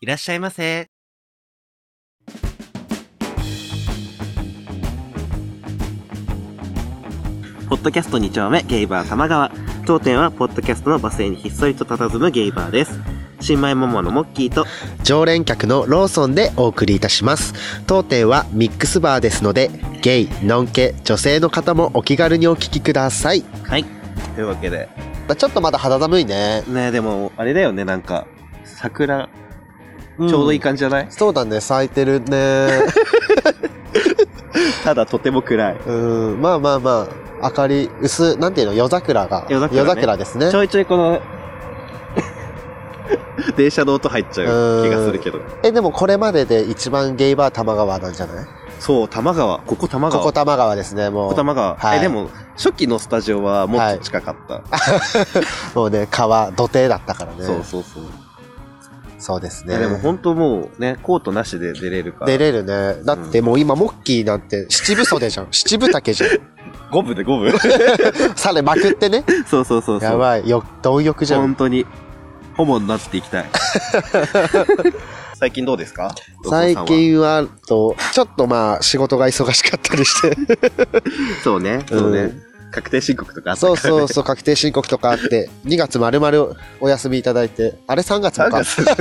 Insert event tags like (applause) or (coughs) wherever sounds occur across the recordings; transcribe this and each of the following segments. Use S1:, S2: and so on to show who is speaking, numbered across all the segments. S1: いらっしゃいませ。ポッドキャスト2丁目、ゲイバー玉川。当店は、ポッドキャストのバス停にひっそりと佇むゲイバーです。新米モモのモッキーと、
S2: 常連客のローソンでお送りいたします当店はミックスバーですのでゲイノンケ女性の方もお気軽にお聞きください、ま
S1: はい。というわけで。
S2: あ、ちょっとまだ肌寒いね、
S1: ねでも、あれだよね、なんか、桜、ちょうどいい感じじゃない、
S2: そうだね咲いて
S1: (laughs)
S2: るね
S1: ただ、とても暗い。
S2: うんまあまあまあ明かり薄なんていうの夜桜が
S1: 夜桜ね
S2: ですね
S1: ちょいちょいこ (laughs) の、電車の音入っちゃう気がするけど。
S2: えでもこれまでで一番ゲイバー玉川なんじゃない
S1: そう、玉川。ここ玉
S2: こ
S1: 川。
S2: こ玉川ですねも
S1: ここ
S2: う
S1: 玉川。
S2: はい
S1: え、でも、初期のスタジオはもっと近かった。
S2: もうね川土手だったからね
S1: そうそうそう。
S2: そうです
S1: い
S2: ね
S1: やでも本当もうね、コートなしで出れるから。
S2: 出れるねだってもう今モッキーなんて七分袖じゃん七分丈じゃん
S1: 五分で五分。 (laughs)
S2: さらにまくってね。
S1: そうそうそうそう。
S2: やばい。よ、貪欲じゃん。
S1: 本当に、ホモになっていき
S2: (laughs)
S1: たい。最近どうですか
S2: 最。近は、と、ちょっとまあ、仕事が忙しかったり
S1: (laughs)
S2: して。
S1: そうね、そうね。
S2: う
S1: 確定申告とかあったから、
S2: そう
S1: ね。
S2: そうそう、確定申告とかあって、2月丸々お休みいただいて、あれ3月も
S1: 3
S2: か。 (laughs)
S1: 月。3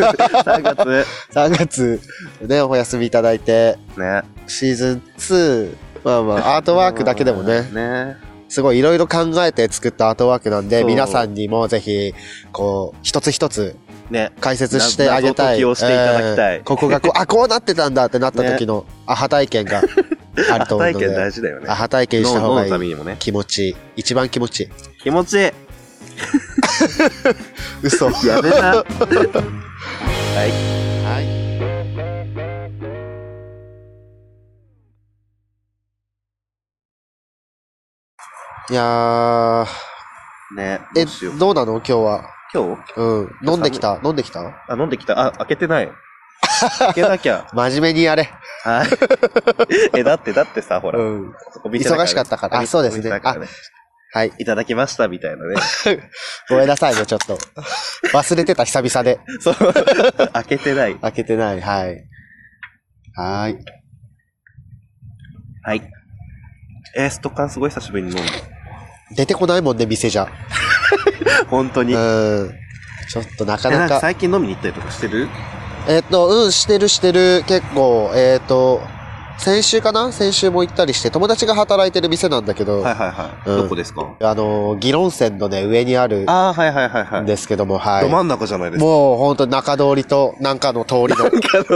S1: 月。
S2: 3月ね、お休みいただいて、
S1: ね。
S2: シーズン2、まあま
S1: (laughs)
S2: あ、アートワークだけでもね、
S1: ね。
S2: すごいいろいろ考えて作ったアートワークなんで、
S1: そう
S2: 皆さんにもぜひ、こう、一つ一つ
S1: ね。
S2: 解説してあげた
S1: 謎解
S2: い。
S1: きをしていただきたい
S2: えーここがこう、あ、こうなってたんだってなった時のアハ体験があると思う
S1: 体
S2: ので。
S1: 験 (laughs) 大事だよね
S2: ア。ハ体験した方
S1: 脳
S2: が
S1: のた
S2: いい。
S1: めにもね。
S2: 気持ちいい。一番気持ちいい。
S1: 気持ちいい。
S2: 嘘。は
S1: やめな。
S2: (laughs) い。いやー、
S1: ね。ど
S2: え
S1: うしよう、
S2: どうなの今日は。
S1: 今日
S2: うん。飲んできた飲んできた
S1: あ、飲んできた。あ、開けてない。開けなきゃ。
S2: 真面目にやれ。
S1: はい。 (laughs) え、だって、だってさ、ほら。
S2: ん。
S1: お店だら
S2: 忙しかったからあそうですね
S1: お店だから
S2: はい。
S1: いただきました、みたいなね。
S2: ごめんなさいね、ちょっと。忘れてた、久々で。
S1: そう。開けてない。
S2: 開けてない、はい。はーい。
S1: はい。えー、ストッカンすごい久しぶりに飲んだ。
S2: 出てこないもんね、店じゃ。
S1: 本当
S2: う
S1: に。え
S2: ん。ちょっとなか
S1: な
S2: なん
S1: か
S2: か。
S1: 最近飲みに行ったりとかしてる
S2: えっと、うん、してるしてる。結構、えっと、先週かな先週も行ったりして、友達が働いてる店なんだけど、
S1: はいはいはい。
S2: うん
S1: どこですか
S2: あの、議論線のね、上にある
S1: ああ、はいはいはいは
S2: ん
S1: い。
S2: ですけども、はい。
S1: ど真ん中じゃないですか。
S2: もうほんと中通りと、なんかの通り
S1: (laughs)
S2: の、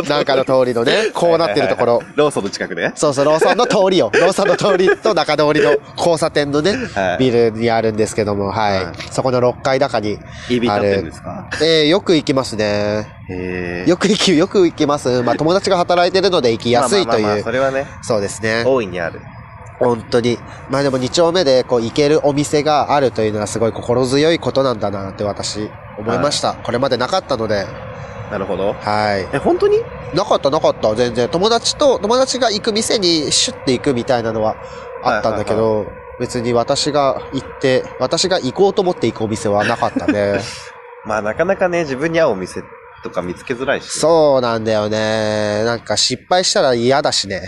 S2: なんかの通りのね、こうなってるところ。
S1: ローソンの近くで
S2: そうそう、ローソンの通りよ。ローソンの通りと中通りの交差点のね、
S1: は
S2: ビルにあるんですけども、はい。
S1: はい
S2: そこの6階高に。
S1: い。EB 立ってるんですか
S2: えー、よく行きますね。
S1: へー
S2: よく行き、よく行きます。まあ、友達が働いてるので行きやすいと
S1: まあまあまあま
S2: い
S1: あ
S2: う
S1: そ。れはね、
S2: そうですね。
S1: 大いにある。
S2: 本当に。まあでも2丁目でこう行けるお店があるというのはすごい心強いことなんだなって私思いました。これまでなかったので。
S1: なるほど。
S2: は
S1: え、本当に
S2: い。なかったなかった。全然。友達と、友達が行く店にシュッて行くみたいなのはあったんだけど、別に私が行って、私が行こうと思って行くお店はなかったね。
S1: まあなかなかね、自分に合うお店とか見つけづらいし。う。
S2: そうなんだよね。なんか失敗したら嫌だしね。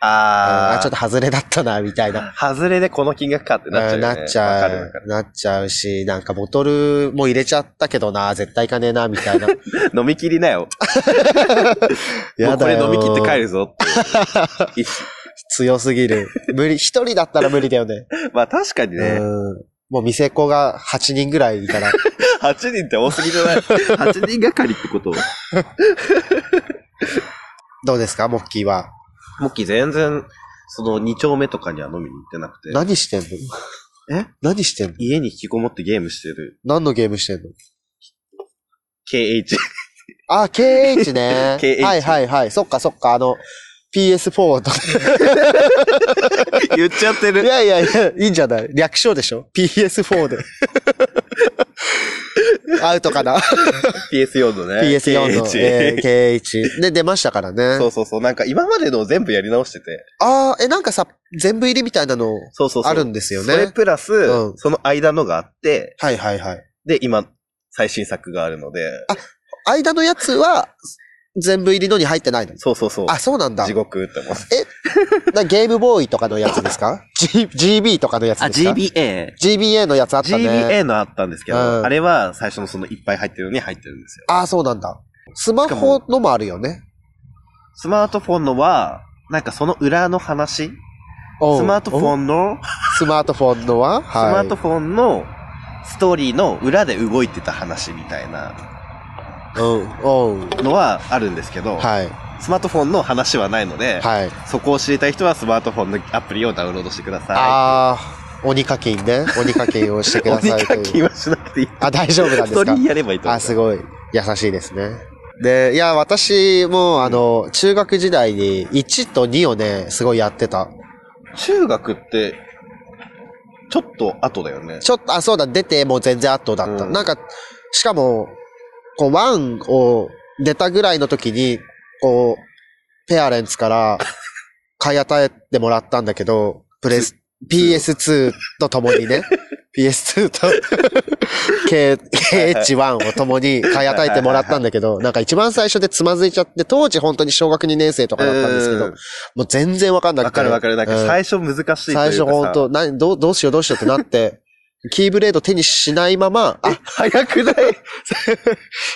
S1: あ
S2: あ
S1: ー
S2: あ、ちょっと外れだったな、みたいな。
S1: 外れでこの金額かってなっちゃうよ、ね。
S2: なっちゃ
S1: わかるわ
S2: う
S1: かる。
S2: なっちゃうし、なんかボトルも入れちゃったけどな、絶対いかねえな、みたい
S1: (laughs)
S2: な。
S1: 飲み切りなよ。も
S2: や
S1: うこ
S2: だ
S1: れ
S2: よ。
S1: 飲み切って帰るぞっていう。
S2: (laughs) 強すぎる。無理、一人だったら無理だよね。
S1: まあ確かにね、
S2: うん。もう店子が8人ぐらいいたら。
S1: 8人って多すぎじゃ
S2: (laughs)
S1: ない ?8 人がかりってこと。
S2: どうですか、モッキーは。
S1: モッキー全然、その2丁目とかには飲みに行ってなくて。
S2: 何してんの
S1: え
S2: 何してんの
S1: 家に引きこもってゲームしてる。
S2: 何のゲームしてんの
S1: KH。
S2: あ、KH
S1: (laughs)
S2: ね。
S1: KH
S2: はいはいはい。そっかそっか、あの、PS4 と
S1: (laughs) 言っちゃって
S2: い
S1: る。
S2: やいやいや、いいんじゃない略称でしょ
S1: (laughs)
S2: ?PS4 で。アウトかな
S1: PS4 のね。
S2: ?PS4 の、
S1: KH。
S2: えー KH。で、出ましたから
S1: そ
S2: ね
S1: う。そうそう。なんか今までのを全部やり直してて。
S2: ああ、え、なんかさ、全部入りみたいなの、
S1: そうそうそう。
S2: あるんですよね
S1: それプラス、
S2: うん
S1: その間のがあって、
S2: はいはいはい。
S1: で、今、最新作があるので。
S2: 間のやつは、全部入りのに入ってないの
S1: そうそうそう。
S2: あ、そうなんだ。
S3: 地獄って思う。
S2: なゲームボーイとかのやつで
S1: (laughs)
S2: すか G ?GB とかのやつ
S1: あ、
S2: ですか
S1: GBA。
S2: GBA のやつあったね。
S1: GBA のあったんですけど、
S2: うん
S1: あれは最初のそのいっぱい入ってるのに入ってるんですよ。
S2: ああ、そうなんだ。スマホのもあるよね。
S1: スマートフォンのは、なんかその裏の話
S2: おう
S1: スマートフ
S2: お
S1: ォ
S2: う
S1: ンの、
S2: スマートフォンのは、はい、
S1: スマートフォンのストーリーの裏で動いてた話みたいな
S2: うん。おう
S1: のはあるんですけど、
S2: はい。
S1: スマートフォンの話はないので、
S2: はい。
S1: そこを知りたい人はスマートフォンのアプリをダウンロードしてくださ
S2: ああ、鬼課金ね。鬼課金をして
S1: い。
S2: く
S1: お
S2: だ
S1: 出
S2: さいと
S1: か
S2: い
S1: け
S2: う。
S1: はしなくていい。
S2: あ、大丈夫なん
S1: ス
S2: で
S1: トー
S2: す
S1: リ
S2: か
S1: ーやればいいと思う。
S2: あ、すごい。優しいですね。で、いや、私も、あの、中学時代に1と2をね、すごいやってた。
S1: 中学って、ちょっと後だよね。
S2: ちょっと、あ、そうだ、出てもう全然後だった。
S1: うん
S2: なんか、しかも、こう、ワンを出たぐらいの時に、こう、ペアレンツから買い与えてもらったんだけど、プレス、PS2 と共に
S1: (laughs)
S2: ね、PS2 と K、KH1 を共に買い与えてもらったんだけど、なんか一番最初でつまずいちゃって、当時本当に小学2年生とかだったんですけど、
S1: うん
S2: もう全然わかんなくて。
S1: わかるわかる。なんか
S2: うん
S1: 最初難しいというかさ
S2: 最初ほんと、な、どう、どうしようどうしようって
S1: (laughs)
S2: なって、キーブレード手にしないまま、あ、
S1: 早くない
S2: (laughs)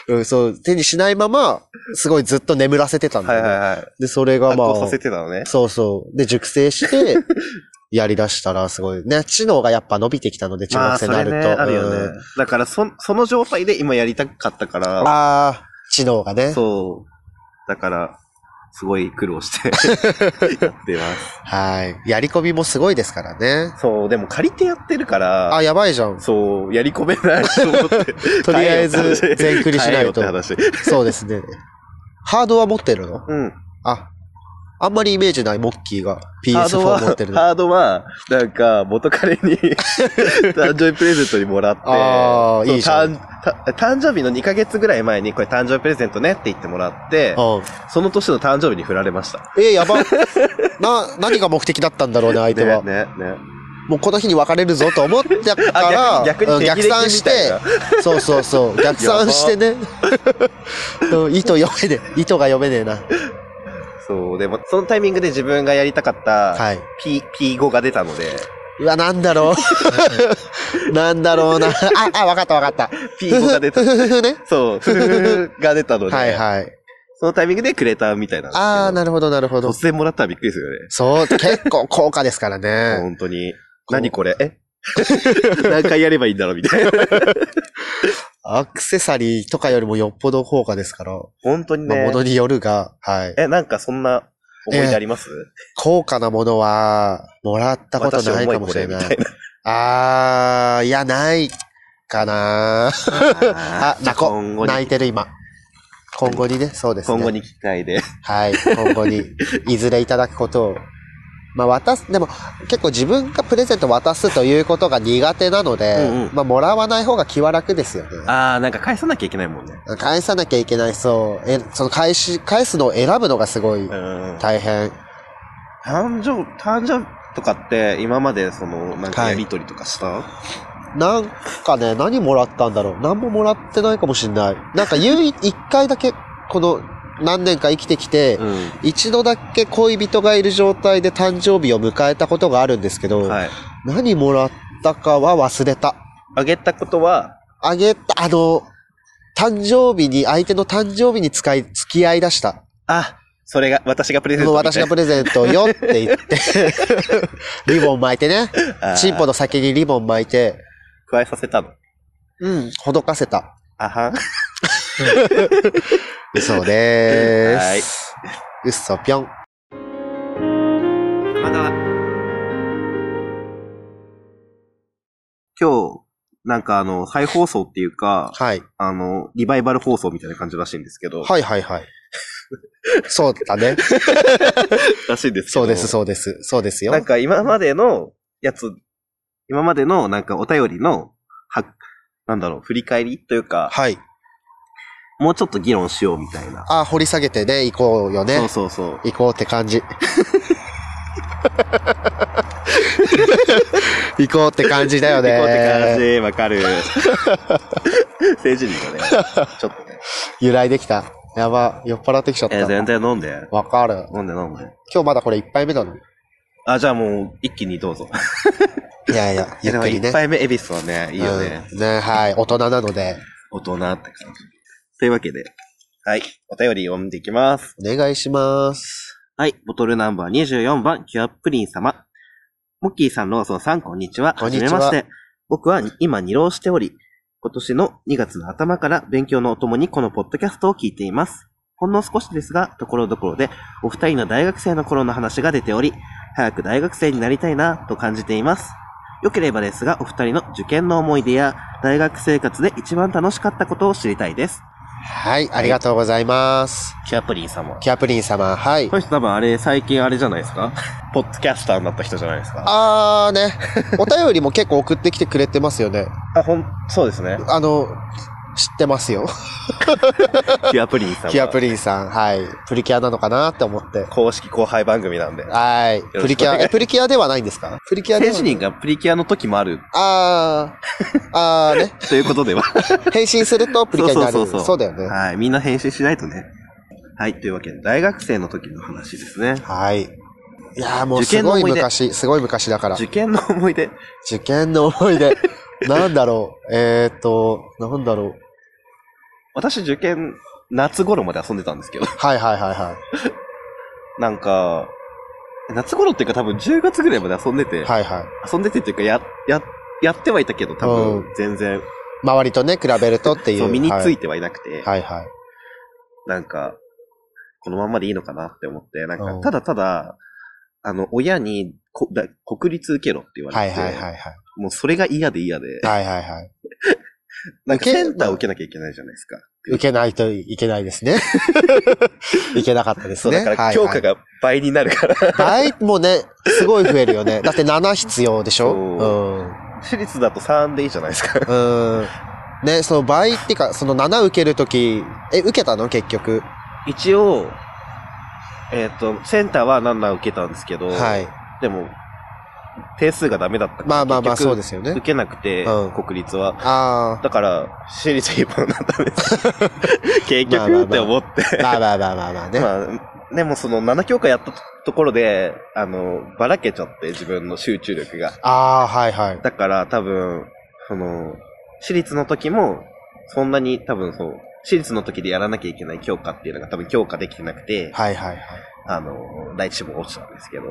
S2: うん、そう、手にしないまま、すごいずっと眠らせてたんだ
S1: はい
S2: よ、ね
S1: はいはい。
S2: で、それが
S1: 発
S2: まあ
S1: 行、させてたのね。
S2: そうそう。で、熟
S1: (laughs)
S2: 成して、やり出したらすごい。ね、知能がやっぱ伸びてきたので、中
S1: まあ
S2: 学生
S1: そ
S2: にな
S1: れ
S2: る
S1: ね、
S2: と。
S1: あるよ
S2: う
S1: ね
S2: ん。
S1: だから、そ、その状態で今やりたかったから、
S2: あー、知能がね。
S1: そう。だから、すごい苦労して
S2: (laughs)
S1: やってます。
S2: はい。やり込みもすごいですからね。
S1: そう、でも借りてやってるから、
S2: あ、やばいじゃん。
S1: そう、やり込めないと思って。
S2: (laughs) とりあえず、全クリしないと
S1: 買。えよって話
S2: そうですね。ハードは持ってるの
S1: うん。
S2: あ、あんまりイメージないモッキーが
S1: ハード
S2: PS4 持ってる
S1: は、
S2: の。あ
S1: ハードは、なんか、元彼
S2: (laughs)
S1: に、誕生日プレゼントにもらって、
S2: あー
S1: そう
S2: いいじゃん
S1: 誕た誕生日の2ヶ月ぐらい前に、これ誕生日プレゼントねって言ってもらって、
S2: うん。
S1: その年の誕生日に振られました。
S2: えー、やば。な、何が目的だったんだろうね、相手は。
S1: ね、ね、ね。
S2: もうこの日に別れるぞと思ってたか
S1: あ
S2: ら、
S1: 逆に
S2: うん
S1: 逆に
S2: 逆
S1: 敵
S2: 算
S1: 敵み
S2: した
S1: い
S2: て
S1: な、
S2: そうそう
S1: (laughs)
S2: そう、逆算してね。うん糸読めねえ、糸が読めねえな。
S1: そう、でも、そのタイミングで自分がやりたかった、
S2: はい。
S1: P、P5 が出たの
S2: (laughs)
S1: で、
S2: うわ、なんだろ
S1: (laughs)
S2: う。なんだろうな。あ、あ、わかったわかった。
S1: P5 が出
S2: ふ
S1: た。
S2: ふふね。
S1: そう、ふふふが出たので、
S2: はいはい。
S1: そのタイミングでくれたみたいなんですけど。
S2: ああ、なるほどなるほど
S1: 突。然もらったらびっくりするよね。
S2: そう、結構高価ですからね。
S1: 本当に。何これ (laughs) え何回やればいいんだろうみたいな。
S2: アクセサリーとかよりもよっぽど高価ですから、
S1: 本当に
S2: まあ、
S1: ね
S2: も。のによるが、はい。
S1: え、なんかそんな思い出あります、
S2: 高価なものは、もらったこと
S1: 私
S2: ない
S1: 重
S2: か
S1: い
S2: も
S1: こ
S2: し
S1: れ
S2: れ
S1: み
S2: な
S1: たい
S2: い。あー、いや、ないかな
S1: な。
S2: あ、
S1: (laughs)
S2: 泣こ
S1: 今後
S2: 泣
S1: に
S2: い、てる今。今後にね、そうですね。
S1: 今後に機会で。
S2: はい、今後に、いずれいただくことを。まあ渡す、でも結構自分がプレゼント渡すということが苦手なので、
S1: うんうん
S2: まあもらわない方が気は楽ですよね。
S1: (laughs) ああ、なんか返さなきゃいけないもんね。
S2: 返さなきゃいけない、そう。え、その返し、返すのを選ぶのがすご
S1: う
S2: い
S1: ん。
S2: 大変。
S1: 誕生、誕生日とかって今までその、なんかやりとりとかした、
S2: なんかね、何もらったんだろう。何ももらってないかもしんない。なんか唯一、一回だけ、 (laughs) この何年か生きてきて、
S1: う
S2: 一度だけ恋人がいる状態で誕生日を迎えたことがあるんですけど、
S1: ん。はい。
S2: 何もらったかは忘れた。
S1: あげたことは、
S2: あげた、あの、誕生日に、相手の誕生日に使い、付き合い出した。
S1: あ、それが、私がプレゼン
S2: も
S1: ト
S2: う
S1: みたいな。
S2: 私がプレゼントよって言って、 (laughs) リボン巻いてね。
S1: あー
S2: チンポの先にリボン巻いて、
S1: 加えさせたの。
S2: うん、ほどかせた。
S1: あはん。
S2: 嘘で
S1: はーい
S2: ーす。嘘ぴょん。
S1: 今日、なんかあの、再放送っていうか、
S2: はい。
S1: あの、リバイバル放送みたいな感じらしいんですけど。
S2: はいはいはい。そうだね。
S1: らしいんですけど。
S2: そうです、そうです。そうですよ
S1: なん。か今までのやつ、今までのなんかお便りの、は、なんだろう、振り返りというか、
S2: はい。
S1: もうちょっと議論しようみたいな。
S2: あ、掘り下げてね、行こうよ
S1: そう
S2: ね。
S1: そうそう。
S2: 行こうって感じ。 (laughs) 行こうって感じだよね。
S1: 行こうって感じ、わかる。政治人がね、ちょっとね。
S2: (laughs) 由来できた。やば、酔っ払ってきちゃっ
S1: えー、
S2: た
S1: 全
S2: な。
S1: 然飲んで。
S2: わかる。
S1: 飲んで飲んで。
S2: 今日まだこれ1杯目なの。
S1: あ、じゃあもう、一気にどうぞ。
S2: いやいや、ゆっくりね
S1: 1。杯目、恵比寿はね、いいよね。
S2: うんね、はい。大人なので、
S1: 大人って感じ。というわけで、はい。お便り読んでいきます。
S2: お願いします。
S1: はい。ボトルナンバー24番、キュアプリン様。モッキーさん、ローソンさん、こんにちは。
S2: こんにちは
S1: じめまして。僕は今二浪しており、今年の2月の頭から勉強のお供にこのポッドキャストを聞いています。ほんの少しですが、ところどころで、お二人の大学生の頃の話が出ており、早く大学生になりたいな、と感じています。よければですが、お二人の受験の思い出や、大学生活で一番楽しかったことを知りたいです。
S2: はい、ありがとうございます。
S1: キュアプリン様。
S2: キャプリン様、はい
S1: こ。の人多分あれ、最近あれじゃないです (laughs) かポッドキャスターになった人じゃないですか。
S2: あーね、 (laughs) お便りも結構送ってきてくれてますよね。
S1: あ、ほん、そうですね。
S2: あの、知ってますよ。
S1: キュアプリンさん。
S2: キャプ
S1: リ
S2: リンさん、はい。プリキュアなのかなって思って。
S1: 公式後輩番組なんで。
S2: はい。
S1: ろしくお願い
S2: プリキュア、え、プリキュアではないんですかプリキュアで
S1: 天
S2: は
S1: 使人がプリキュアの時もある
S2: あー、あーね。
S1: ということでは。
S2: 変身するとプリキュアになる。
S1: そ
S2: そうう
S1: そうそうそう
S2: だよ
S1: (laughs)
S2: ね。
S1: はい。みんな編集しないとね。はい。というわけで、大学生の時の話ですね。
S2: はい。いやーもう
S1: 受
S2: す
S1: 験の
S2: ごい
S1: 思い出
S2: 昔、すごい昔だから。
S1: 受験の思い出。
S2: 受験の思い出。
S1: (laughs)
S2: なんだろう。えーっと、なんだろう。
S1: 私受験、夏頃まで遊んでたんですけど。 (laughs)
S2: はいはいはいは
S1: なんか、夏頃っていうか多分10月ぐらいまで遊んでて、
S2: い。はいはい。
S1: 遊んでてっていうか、や、や、やってはいたけど、多
S2: う
S1: 分全然、
S2: 周りとね、比べるとっていう。
S1: そう、身につい
S2: て。
S1: てはいなくて。
S2: はいはい。
S1: なんか、このままでいいのかなって思って、なん
S2: う
S1: か、
S2: ん
S1: ただただ、あの、親にこだ、国立受けろって言わ
S2: は
S1: れ
S2: い
S1: て、
S2: はいはいはい。
S1: もうそれが嫌で嫌で、
S2: はいはいはい。
S1: なんか
S2: 受け
S1: センターを受けなきゃいけないじゃないですか。
S2: 受けないといけないで
S1: (laughs)
S2: すね。いけなかったです
S1: そう、
S2: ね。
S1: だから、
S2: はい
S1: 教科が倍になるから、
S2: はい、もうね、すごい増えるよね。だって7必要でしょ
S1: そう私立だと3でいいじゃないですか。
S2: うん。うん。ね、その倍っていうか、その7受けるとき、え、受けたの結局。
S1: 一応、えっ、と、センターは何な受けたんですけど、
S2: はい。
S1: でも、定数がダメだったから、
S2: まあまあまあ、
S1: 結局
S2: そうですよ
S1: 受
S2: ね。
S1: けなくて、
S2: うん
S1: 国立は。
S2: あ
S1: だから、私立一本なんだね。
S2: (laughs)
S1: 結
S2: まあまあ
S1: 局
S2: まあ
S1: って思って。
S2: あ、まあまあまあまあまあ
S1: (laughs)
S2: ね。
S1: まあ、でもその7教科やったところで、あの、ばらけちゃって自分の集中力が。
S2: ああ、はいはい。
S1: だから多分、その、私立の時も、そんなに多分そう、私立の時でやらなきゃいけない教科っていうのが多分強化できてなくて、
S2: はいはいはい。
S1: あの、第一志望落ちたんですけど、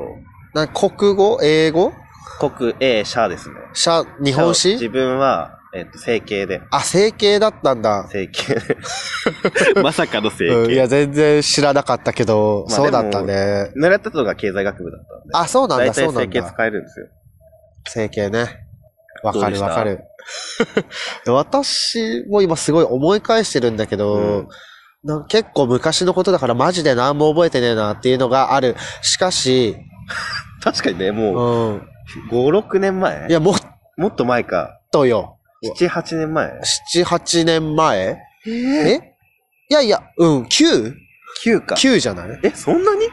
S2: なんか国語、英語、
S1: 国 A 社ですね。
S2: 社、日本
S1: 社を
S2: 史
S1: 自分は、えっと、整形で。
S2: あ、整形だったんだ。
S1: 整形
S2: (laughs)
S1: で。まさかの整
S2: うん、
S1: 形。
S2: いや、全然知らなかったけど、
S1: まあ
S2: そうだったね。
S1: 狙ってたのが経済学部だったんで。
S2: あ、そうなん
S1: 大
S2: だ、そ
S1: 体
S2: うな
S1: 整
S2: ん
S1: 形
S2: だ。
S1: 使えるんですよ。
S2: 整形ね。わ
S1: ど
S2: か
S1: うで
S2: る
S1: した
S2: わかる。 (laughs) 私も今すごい思い返してるんだけど、
S1: うん
S2: なんか結構昔のことだからマジで何も覚えてねえなっていうのがある。しかし、
S1: 確かにね、もう、
S2: うん。
S1: 5、6年前
S2: いや、もっ
S1: もっと前か。
S2: とよ。
S1: 7、8年前
S2: 7、8年前えいやいや、うん、9?9
S1: ?9 か。
S2: じゃない
S1: え、そんなに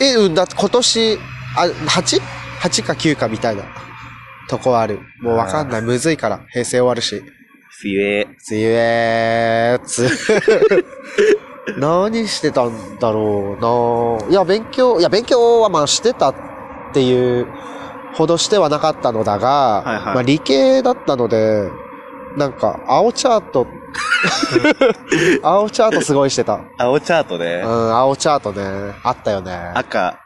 S2: え、うん、だって今年、あ、8?8 か9かみたいなとこある。もうわかんない。むずいから。平成終わるし。
S1: 梅雨。
S2: つゆえーつ。 (laughs) 何してたんだろうないや、勉強、いや、勉強はまあしてたっていうほどしてはなかったのだ
S1: は
S2: が、
S1: いはい
S2: まあ理系だったので、なんか、青チャー
S1: (laughs)
S2: ト、青チャートすごいしてた。
S1: 青チャート
S2: う
S1: ね。
S2: ん、青チャートね。あったよね。
S1: 赤、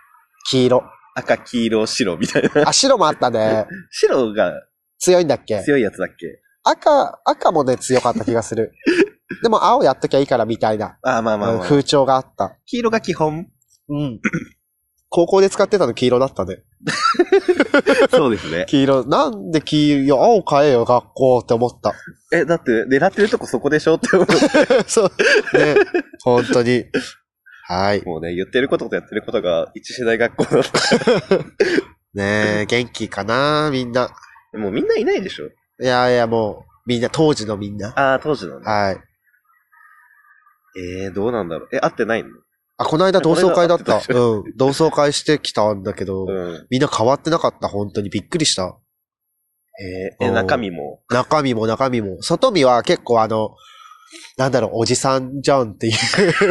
S2: 黄色。
S1: 赤、黄色、白みたいな。(laughs)
S2: (laughs) あ、白もあったね。
S1: 白が
S2: 強いんだっけ
S1: 強いやつだっけ
S2: 赤、赤もね、強かった気が
S1: (laughs)
S2: する。でも青やっときゃいいからみたいな、
S1: あ、まあまあ
S2: うん
S1: まあ。
S2: 風潮があった。
S1: 黄色が基本
S2: うん。 (coughs) 高校で使ってたの黄色だったね。
S1: そうですね。
S2: 黄色。なんで黄色、青変えよ、学校って思った。
S1: (laughs)
S2: (laughs)
S1: え、だって狙ってるとこそこでしょって思う。
S2: そう。ね。本当に。はい。
S1: もうね、言ってることとやってることが一次大学校だっ
S2: ねえ、元気かなみんな。
S1: た。 (laughs) もうみんないないでしょ
S2: いやいや、もう、みんな、当時のみんな。
S1: ああ、当時のね。
S2: はい。
S1: えー、どうなんだろう。え、会ってないの
S2: あ、この間同窓会だっ
S1: この間会
S2: た
S1: っ。て
S2: うん。同窓会してきたんだけ
S1: う
S2: ど、
S1: ん。
S2: みんな変わってなかった。本当にびっくりした。
S1: えー、え、
S2: おー
S1: 中身も。
S2: 中身も中身も。外身は結構あの、なんだろう、おじさんじゃんっていう (laughs)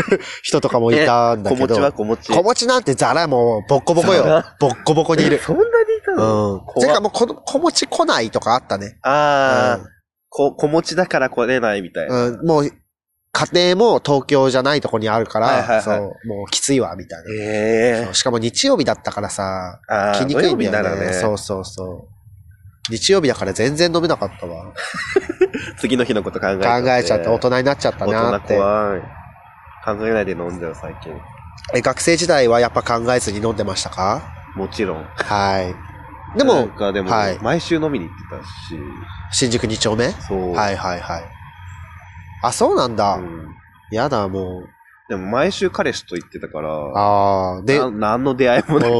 S2: 人とかもいたんだ
S1: 子
S2: け
S1: 持
S2: ど。
S1: ちは子持ち。
S2: 子持ちなんてザラもうボッコボコ
S1: ザ
S2: よ
S1: ラ。。
S2: ボッコボコにいる
S1: そんなにいたの、
S2: うん。
S1: (laughs) 怖
S2: てかもうこの子持ち来ないとかあったね。
S1: ああ、
S2: うん
S1: こ、子持ちだから来れないみたいな。
S2: うん、もう、家庭も東京じゃないとこにあるから、
S1: はいはいはい
S2: そう、もうきついわ、みたいな。
S1: ええ
S2: そうしかも日曜日だったからさ、
S1: ああ、
S2: 来にくいんだよ
S1: 土曜日なら
S2: ね。
S1: ね。
S2: そうそうそう。日曜日だから全然飲めなかったわ。
S1: 次の日のこと考え
S2: 考えちゃって、大人になっちゃったな
S1: 大
S2: っ
S1: 人
S2: て。
S1: 怖い。考えないで飲んじゃう、最近。
S2: (laughs) え学生時代はやっぱ考えずに飲んでましたか
S1: もちろん。
S2: はい。で
S1: な
S2: も
S1: ん、かでも、
S2: はい
S1: 毎週飲みに行って
S2: 新宿2丁目
S1: たし、そう。。
S2: はいいはいはい。あ、そうなんだ。
S1: うん、
S2: やだ、もう。
S1: でも、毎週彼氏と行ってたから、
S2: ああ、で、
S1: な何の出会いもなく、
S2: お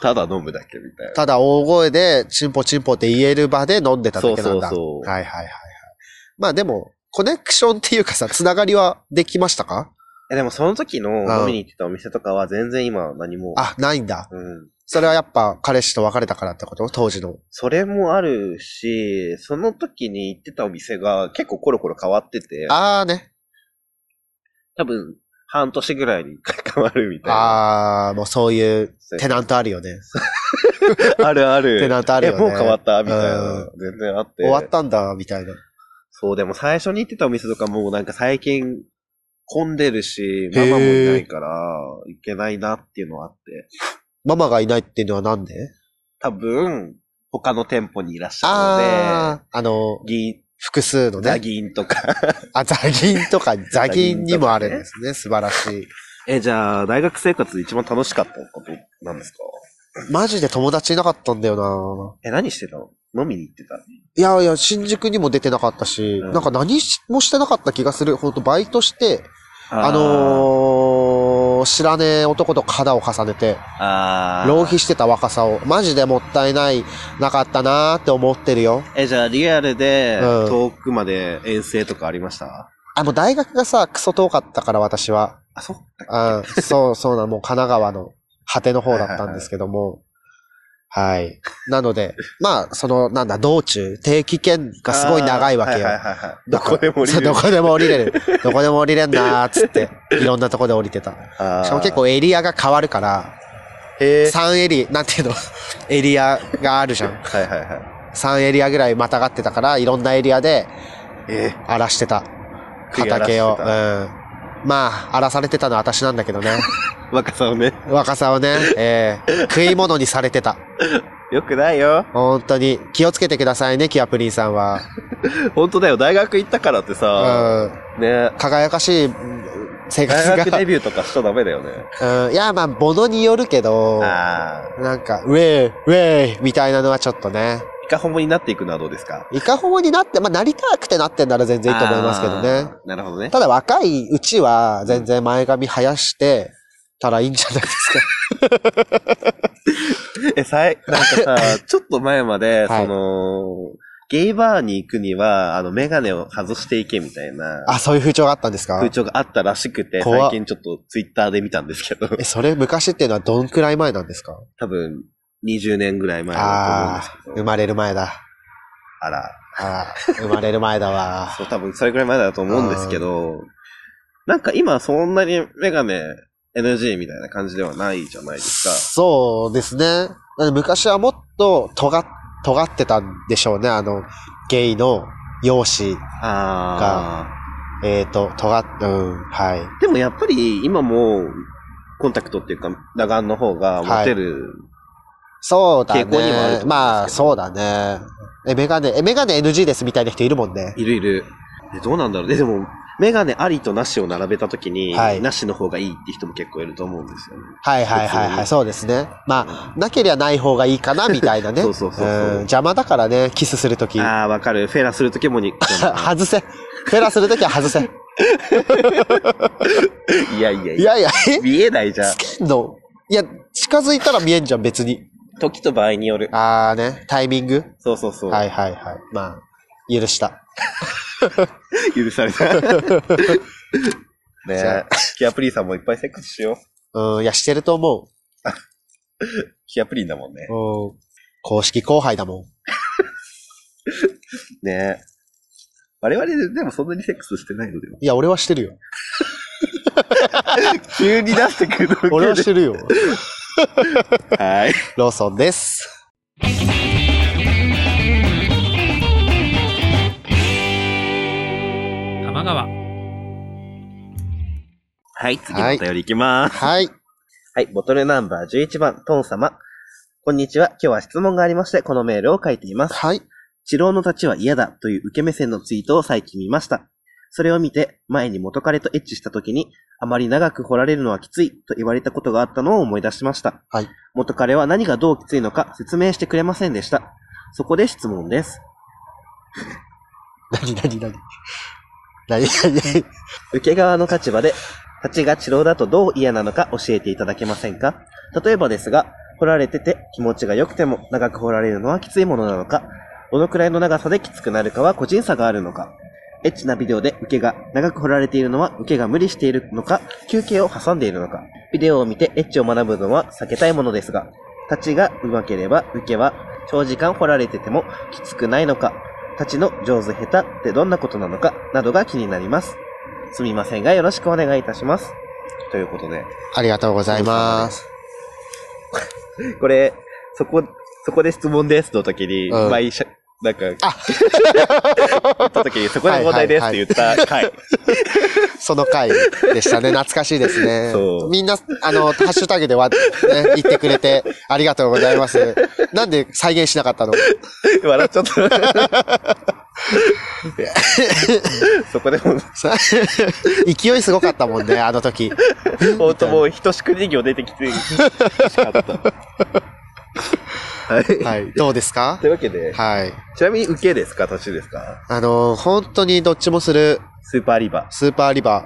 S1: (laughs) ただ飲むだけみたいな。
S2: (laughs) ただ大声で、チンポチンポって言える場で飲んでただけなんだ。
S1: そうそうそう
S2: はいはいはいはい。まあでも、コネクションっていうかさ、つながりはできましたか
S1: えでも、その時の
S2: うん
S1: 飲みに行ってたお店とかは、全然今何も。
S2: あ、ないんだ。
S1: うん。
S2: それはやっぱ彼氏と別れたからってこと当時の。
S1: それもあるし、その時に行ってたお店が結構コロコロ変わってて、
S2: ああね。
S1: 多分、半年ぐらいに一回変わるみたいな。
S2: ああ、もうそういう
S1: そう
S2: テナントあるよね。 (laughs)
S1: あるあ
S2: テ
S1: る。
S2: ナントある
S1: え、
S2: よね。。
S1: もう変わったみたいうなん全然あって。
S2: 終わったんだ、みたいな。
S1: そう、でも最初に行ってたお店とかもうなんか最近混んでるし、ママもいないから、行けないなっていうのはあって。
S2: ママがいないっていうのはなんで
S1: 多分、他の店舗にいらっしゃ
S2: ああ、あの
S1: るの、で、銀、
S2: 複数の
S1: ザ
S2: ね。
S1: ギンとか。 (laughs)
S2: あ、ザギンとか、ザギンにもあるんですね。素晴らしい。
S1: え、じゃあ、大学生活で一番楽しかったことなんですか
S2: マジで友達いなかったんだよな
S1: え、何してたの飲みに行ってた
S2: いやいや、新宿にも出てなかったし、
S1: うん
S2: なんか何もしてなかった気がする。ほんと、バイトして、あ
S1: ー、
S2: のー、知らねえ男と肩を重ねて、
S1: あー
S2: 浪費してた若さを、マジでもったいない、なかったなーって思ってるよ。
S1: え、じゃあ、リアルで、
S2: うん
S1: 遠くまで遠征とかありました
S2: あ、もう大学がさ、クソ遠かったから私は。
S1: あ、そう
S2: うん、そう、そうな、もう神奈川の果ての方だったんですけども。はい。なので、まあ、その、なんだ、道中、定期券がすごい長いわけよ
S1: あー。はいはいはいはいどこでも降り
S2: そう
S1: る
S2: どこでも降りれる。どこでも降りれんなーっつって、いろんなとこで降りてた。し
S1: あー
S2: かも結構エリアが変わるから、
S1: へー
S2: 3エリ、なんていうの、 (laughs) エリアがあるじゃん。
S1: はいはいはい。
S2: 3エリアぐらいまたがってたから、いろんなエリアで
S1: え
S2: 荒らしてた。畑を。うん。まあ、荒らされてたのは私なんだけどね。
S1: 若さをね、
S2: 若さをね、えー、食い物にされてた。
S1: よくないよ。
S2: 本当に。気をつけてくださいね、キアプリンさんは。
S1: 本当だよ、大学行ったからってさ、
S2: う
S1: (laughs)
S2: ん。
S1: ね、
S2: 輝かしい生活
S1: 大
S2: が。
S1: 学デビューとかしちゃダメだよね。
S2: うん、いや、まあ、ものによるけど、
S1: ああ。
S2: なんか、ウェイ、ウェイみたいなのはちょっとね。
S1: イカホモになっていくのはどうですか
S2: イカホモになって、まあ、なりたくてなってんなら全然いいと思いますけどね。
S1: あー。なるほどね。
S2: ただ若いうちは全然前髪生やしてたらいいんじゃないです
S1: (laughs)
S2: か。
S1: え、さい、なんか
S2: (laughs)
S1: さ、ちょっと前まで、
S2: はい
S1: その、ゲイバーに行くには、あの、メガネを外していけみたいな、
S2: あ、そういう風潮があったんですか
S1: 風潮があったらしくて、
S2: 怖
S1: 最
S2: っ
S1: 近ちょっとツイッターで見たんですけど、 (laughs)
S2: え、それ昔っていうのはどんくらい前なんですか
S1: 多分、20年ぐらい前だ
S2: あ
S1: と思うん
S2: あー、
S1: ですけ
S2: 生
S1: ど、
S2: まれる前だ。
S1: あら、
S2: あー生まれる前だわ。
S1: そう、多分それぐらい前だと思うんですけど、なんか今そんなにメガネ NG みたいな感じではないじゃないです
S2: そうですね。なんで昔はもっと尖っ、尖ってたんでしょうね。あの、ゲイの容姿。
S1: か。ああ。
S2: えーと、尖っ、うん、はい。
S1: でもやっぱり今もコンタクトっていうか、裸眼の方がモテる。
S2: そうだね。
S1: 傾向にもあると思うんですけど
S2: まあ、そうだね。え、メガネ、え、メガネ NG ですみたいな人いるもんね。
S1: い、るいる。えどうなんだろうね。でも、メガネありとなしを並べたときに、
S2: はい
S1: なしの方がいいって人も結構いると思うんですよね。
S2: はいはいはい
S1: 普通
S2: は
S1: に
S2: い、そうですね。まあ、なけりゃない方がいいかな、みたいなね。
S1: そうそうそうそうん
S2: 邪魔だからね、キスするとき。
S1: ああ、わかる。フェラするとき (laughs) もに、
S2: 外せ。フェラするときは
S1: (laughs)
S2: 外せ。
S1: いやいやい
S2: い
S1: や。
S2: やいや、え
S1: 見えないじゃん
S2: つ。けんのいや、近づいたら見えんじゃん、別に。
S1: 時と場合による。
S2: あーね、タイミング
S1: そうそうそう。
S2: はいはいはい。まあ、許した。
S1: 許され (laughs) た。ね
S2: じゃ
S1: え。キアプリンさんもいっぱいセックスしよう。
S2: うん、いや、してると思
S1: キアプリンだもんね
S2: う。。うん。公式後輩だもん。
S1: ねえ。我々でもそんなにセックスしてないのでは。
S2: いや、俺はしてるよ。
S1: 急に出してくるの
S2: 俺は
S1: で
S2: してるよ。
S1: はい。
S2: ローソンです。
S3: 玉川。
S1: はい、次のお便りいきます。
S2: はい。
S1: はい、ボトルナンバー11番、トン様。こんにちは。今日は質問がありまして、このメールを書いています。
S2: はい。
S1: 治療の立ちは嫌だという受け目線のツイートを最近見ました。それを見て、前に元彼とエッチした時に、あまり長く掘られるのはきついと言われたことがあったのを思い出しました。
S2: はい。
S1: 元彼は何がどうきついのか説明してくれませんでした。そこで質問です。
S2: なになになになになになに
S1: 受け側の立場で、立ちが治療だとどう嫌なのか教えていただけませんか例えばですが、掘られてて気持ちが良くても長く掘られるのはきついものなのかどのくらいの長さできつくなるかは個人差があるのかエッチなビデオで受けが長く掘られているのは受けが無理しているのか休憩を挟んでいるのかビデオを見てエッチを学ぶのは避けたいものですが、立ちが上手ければ受けは長時間掘られててもきつくないのか立ちの上手下手ってどんなことなのかなどが気になります。すみませんが、よろしくお願いいたします。ということで。
S2: ありがとうござい (laughs) ます。
S1: (laughs) これ、そこ、そこで質問ですの時に、
S2: うん
S1: 毎週、なんか、
S2: あ
S1: (laughs) 言った時に、そこで問題ですって言った回。
S2: その回でしたね。懐かしいですね
S1: そ。う
S2: みんな、あの、ハッシュタグでは、ね、言ってくれて、ありがとうございます。なんで再現しなかったの
S1: 笑っちゃった。 (laughs) そこでも、
S2: さ (laughs) 勢いすごかったもんね、あの時。
S1: ほんともう、ひとしく2行出てきて、欲しかった。はい。
S2: はい。どうですか
S1: というわけで、
S2: はい。
S1: ちなみに受けですか、年ですか
S2: あの、本当にどっちもする
S1: スーパーリバ
S2: スーパーリバー。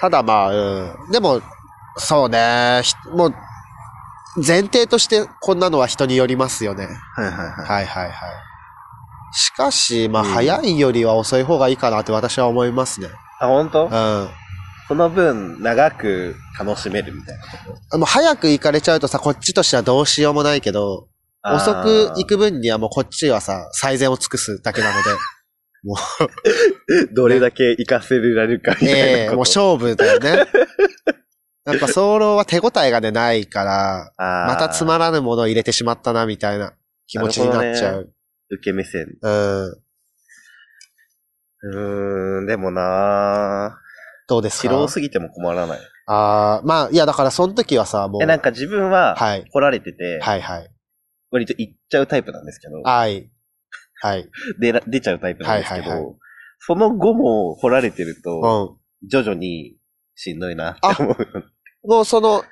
S2: ただまあ、うん。でも、そうね。ひもう、前提としてこんなのは人によりますよね。
S1: ー。はいはいは
S2: はいはいはい。しかし、まあ、
S1: うん
S2: 早いよりは遅い方がいいかなって私は思いますね。
S1: あ、ほんと
S2: うん。
S1: その分、長く楽しめるみたいな。
S2: もう早く行かれちゃうとさ、こっちとしてはどうしようもないけど、遅く行く分にはもうこっちはさ、最善を尽くすだけなので。
S1: く。どれだけ活かせられるかみたい
S2: え
S1: な
S2: え
S1: こと。
S2: もう勝負だよね。 (laughs) やっぱ早漏は手応えがね、ないから、
S1: あー
S2: またつまらぬものを入れてしまったな、みたいな気持ちになっちゃう。
S1: 受け目線。
S2: うん。
S1: うーん、でもなぁ。
S2: どうです
S1: 素
S2: か
S1: 人すぎても困らない。
S2: ああ、まあ、いや、だからその時はさ、もう、
S1: え、なんか自分は、
S2: はい
S1: 来られてて、
S2: はいはい。
S1: 割と行っちゃうタイプなんですけど、
S2: はい。はい。
S1: 出ら出ちゃうタイプなんですけど、
S2: はいはいは
S1: その後も掘られてる
S2: うん。
S1: と、
S2: も
S1: 徐々にしんどいなって思う。
S2: うその、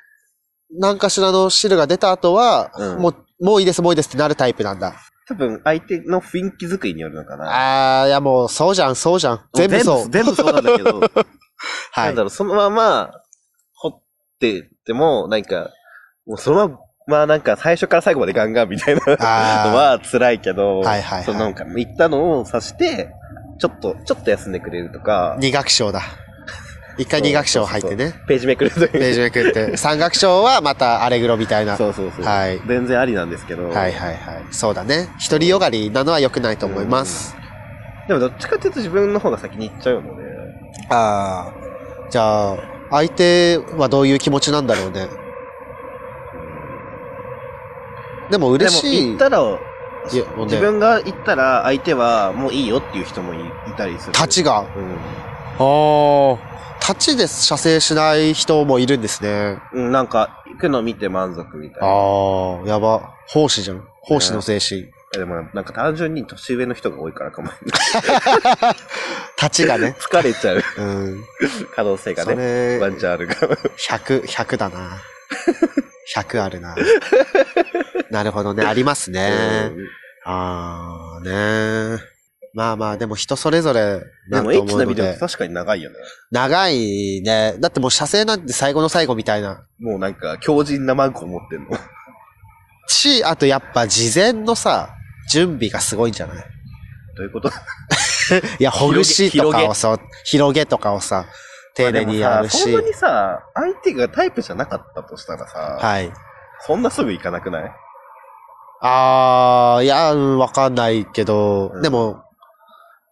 S2: 何かしらの汁が出た後は、
S1: うん
S2: もう、もういいです、もういいですってなるタイプなんだ。
S1: 多分、相手の雰囲気作りによるのかな。
S2: ああ、いやもう、そうじゃん、そうじゃん。全部そう。
S1: 全部そうなんだけど、
S2: は
S1: なん
S2: い
S1: だ。ろう、そのまま、掘ってっても、なんか、もうそのまま、なんか最初から最後までガンガンみたいなのは辛いけど、
S2: はいはいはい
S1: そのなんか、行ったのを刺して、ちょっと、ちょっと休んでくれるとか、
S2: 二学章だ。一回二学章入ってね。
S1: ページめくると
S2: ページめくって。三学章はまたアレグロみたいな。はい
S1: そうそうそう。
S2: はい
S1: 全然ありなんですけど、
S2: はいはい。そうだね。独りよがりなのは良くないと思います。
S1: でもどっちかっていうと自分の方が先に行っちゃうので、
S2: ああ。じゃあ、相手はどういう気持ちなんだろうね。でも嬉
S1: でも
S2: し
S1: 行
S2: い
S1: っ。たら、
S2: いやもうね
S1: 自分が行ったら相手はもういいよっていう人もいいたりする。
S2: 立ちが。
S1: うん。
S2: ああ。立ちで射精しない人もいるんですね。
S1: うん、なんか、行くの見て満足みたいな。
S2: ああ、やば。奉仕じゃん。奉仕の精神。
S1: でもなんか単純に年上の人が多いからかも。
S2: 立ちがね。
S1: 疲れち
S2: (laughs)
S1: ゃう
S2: うん。
S1: 可能性が
S2: そ
S1: ね。
S2: れ
S1: ワンチャンあるから。
S2: 100、100だ
S1: (laughs)
S2: な。100あるな。なるほどね。ありますね。あーねーまあまあ、でも人それぞれ
S1: で
S2: な
S1: も、
S2: んと
S1: エッチ
S2: 思う
S1: な
S2: の
S1: ビデオっ
S2: で
S1: て。確かに長いよね。
S2: 長いね。だってもう射精なんて最後の最後みたいな。
S1: もうなんか、強靭なマンコ持ってんの。
S2: (laughs) し、あとやっぱ事前のさ、準備がすごいんじゃない
S1: どういうこと
S2: いや、ほぐしと
S1: 広げ
S2: かをさ、広げとかをさ、丁寧にやる
S1: まあで
S2: し
S1: もさそん。なにさ、相手がタイプじゃなかったとしたらさ、
S2: はい。
S1: そんなすぐ行かなくない
S2: あー、いや、うんわかんないけど
S1: う、ん
S2: でも、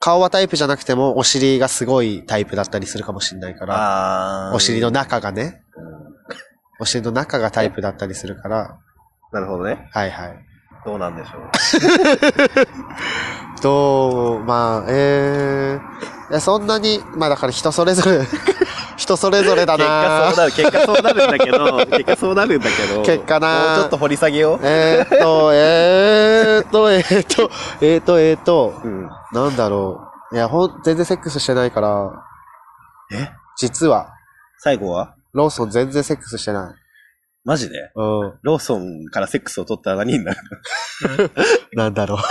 S2: 顔はタイプじゃなくても、お尻がすごいタイプだったりするかもしれないから、
S1: あー
S2: お尻の中がね、
S1: うん
S2: お尻の中がタイプだったりするから、
S1: なるほどね。
S2: はいはい。
S1: どうなんでしょう。
S2: どう、まあ、えーいや、そんなに、まあだから人それぞ
S1: (laughs)
S2: れ、人それぞれだな
S1: 結果そうなる、結果そう
S2: (laughs)
S1: なるんだけど、結果そうなるんだけど。
S2: 結果な
S1: もうちょっと掘り下げよ
S2: えーっと、えーっと、えーっと、えーっと、えーっと、
S1: う。うん。
S2: なんだろう。いや、ほん、全然セックスしてないから、
S1: え
S2: 実は、
S1: 最後は
S2: ローソン全然セックスしてない。
S1: マジで
S2: うん。
S1: ローソンからセックスを取ったら何になる
S2: なんだろう。 (laughs)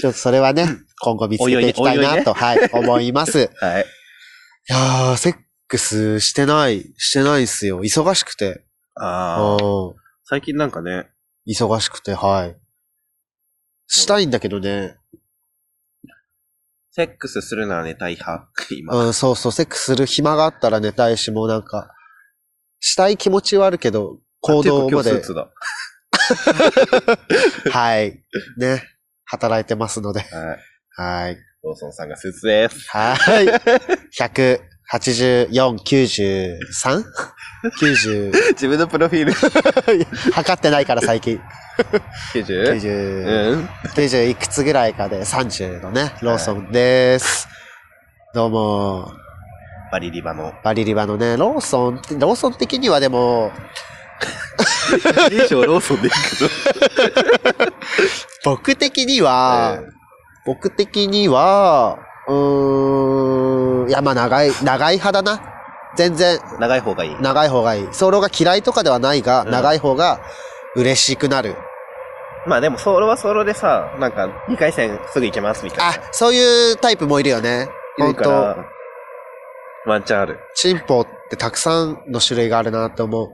S2: ちょっとそれはね、今後見つけていきたい
S1: おいおいね
S2: なと、はい、思 (laughs) います。
S1: はい。
S2: いやー、セックスしてない、してないっすよ。忙しくて。
S1: ああ。
S2: うん。
S1: 最近なんかね、
S2: 忙しくて、はい。したいんだけどね。
S1: セックスするならね、大派って今。
S2: うん、そうそう、セックスする暇があったら寝たいし、もうなんか、したい気持ちはあるけど、行動ま
S1: あていうか今日
S2: で
S1: スー、ツだ。
S2: はい、ね、働いてますので、
S1: はい。
S2: はい。
S1: ローソンさんがスーツ
S2: (laughs)
S1: です。
S2: はい。184、93?90、90
S1: 自分のプロフィール。
S2: 測ってないから最近。
S1: 90?
S2: 90、
S1: うん。
S2: 90いくつぐらいかで30のね、ローソンです。どうも、
S1: バリリバの。
S2: バリリバのね、ローソンって、ローソン的にはでも、
S1: 人称ローソンでいいけど。
S2: 僕的には、
S1: ええ
S2: 僕的には、うーん、いや、まあ長い、長い派だな。全然、
S1: 長い方がいい。
S2: 長い方がいい。ソロが嫌いとかではないが、
S1: うん
S2: 長い方が嬉しくなる。
S1: まあでも、ソロはソロでさ、なんか、2回戦すぐ行けますみたいな。
S2: あ、そういうタイプもいるよね。
S1: い
S2: ほ
S1: る
S2: ん
S1: か
S2: と、
S1: ら、ワンチャンある。
S2: チンポってたくさんの種類があるなって思う。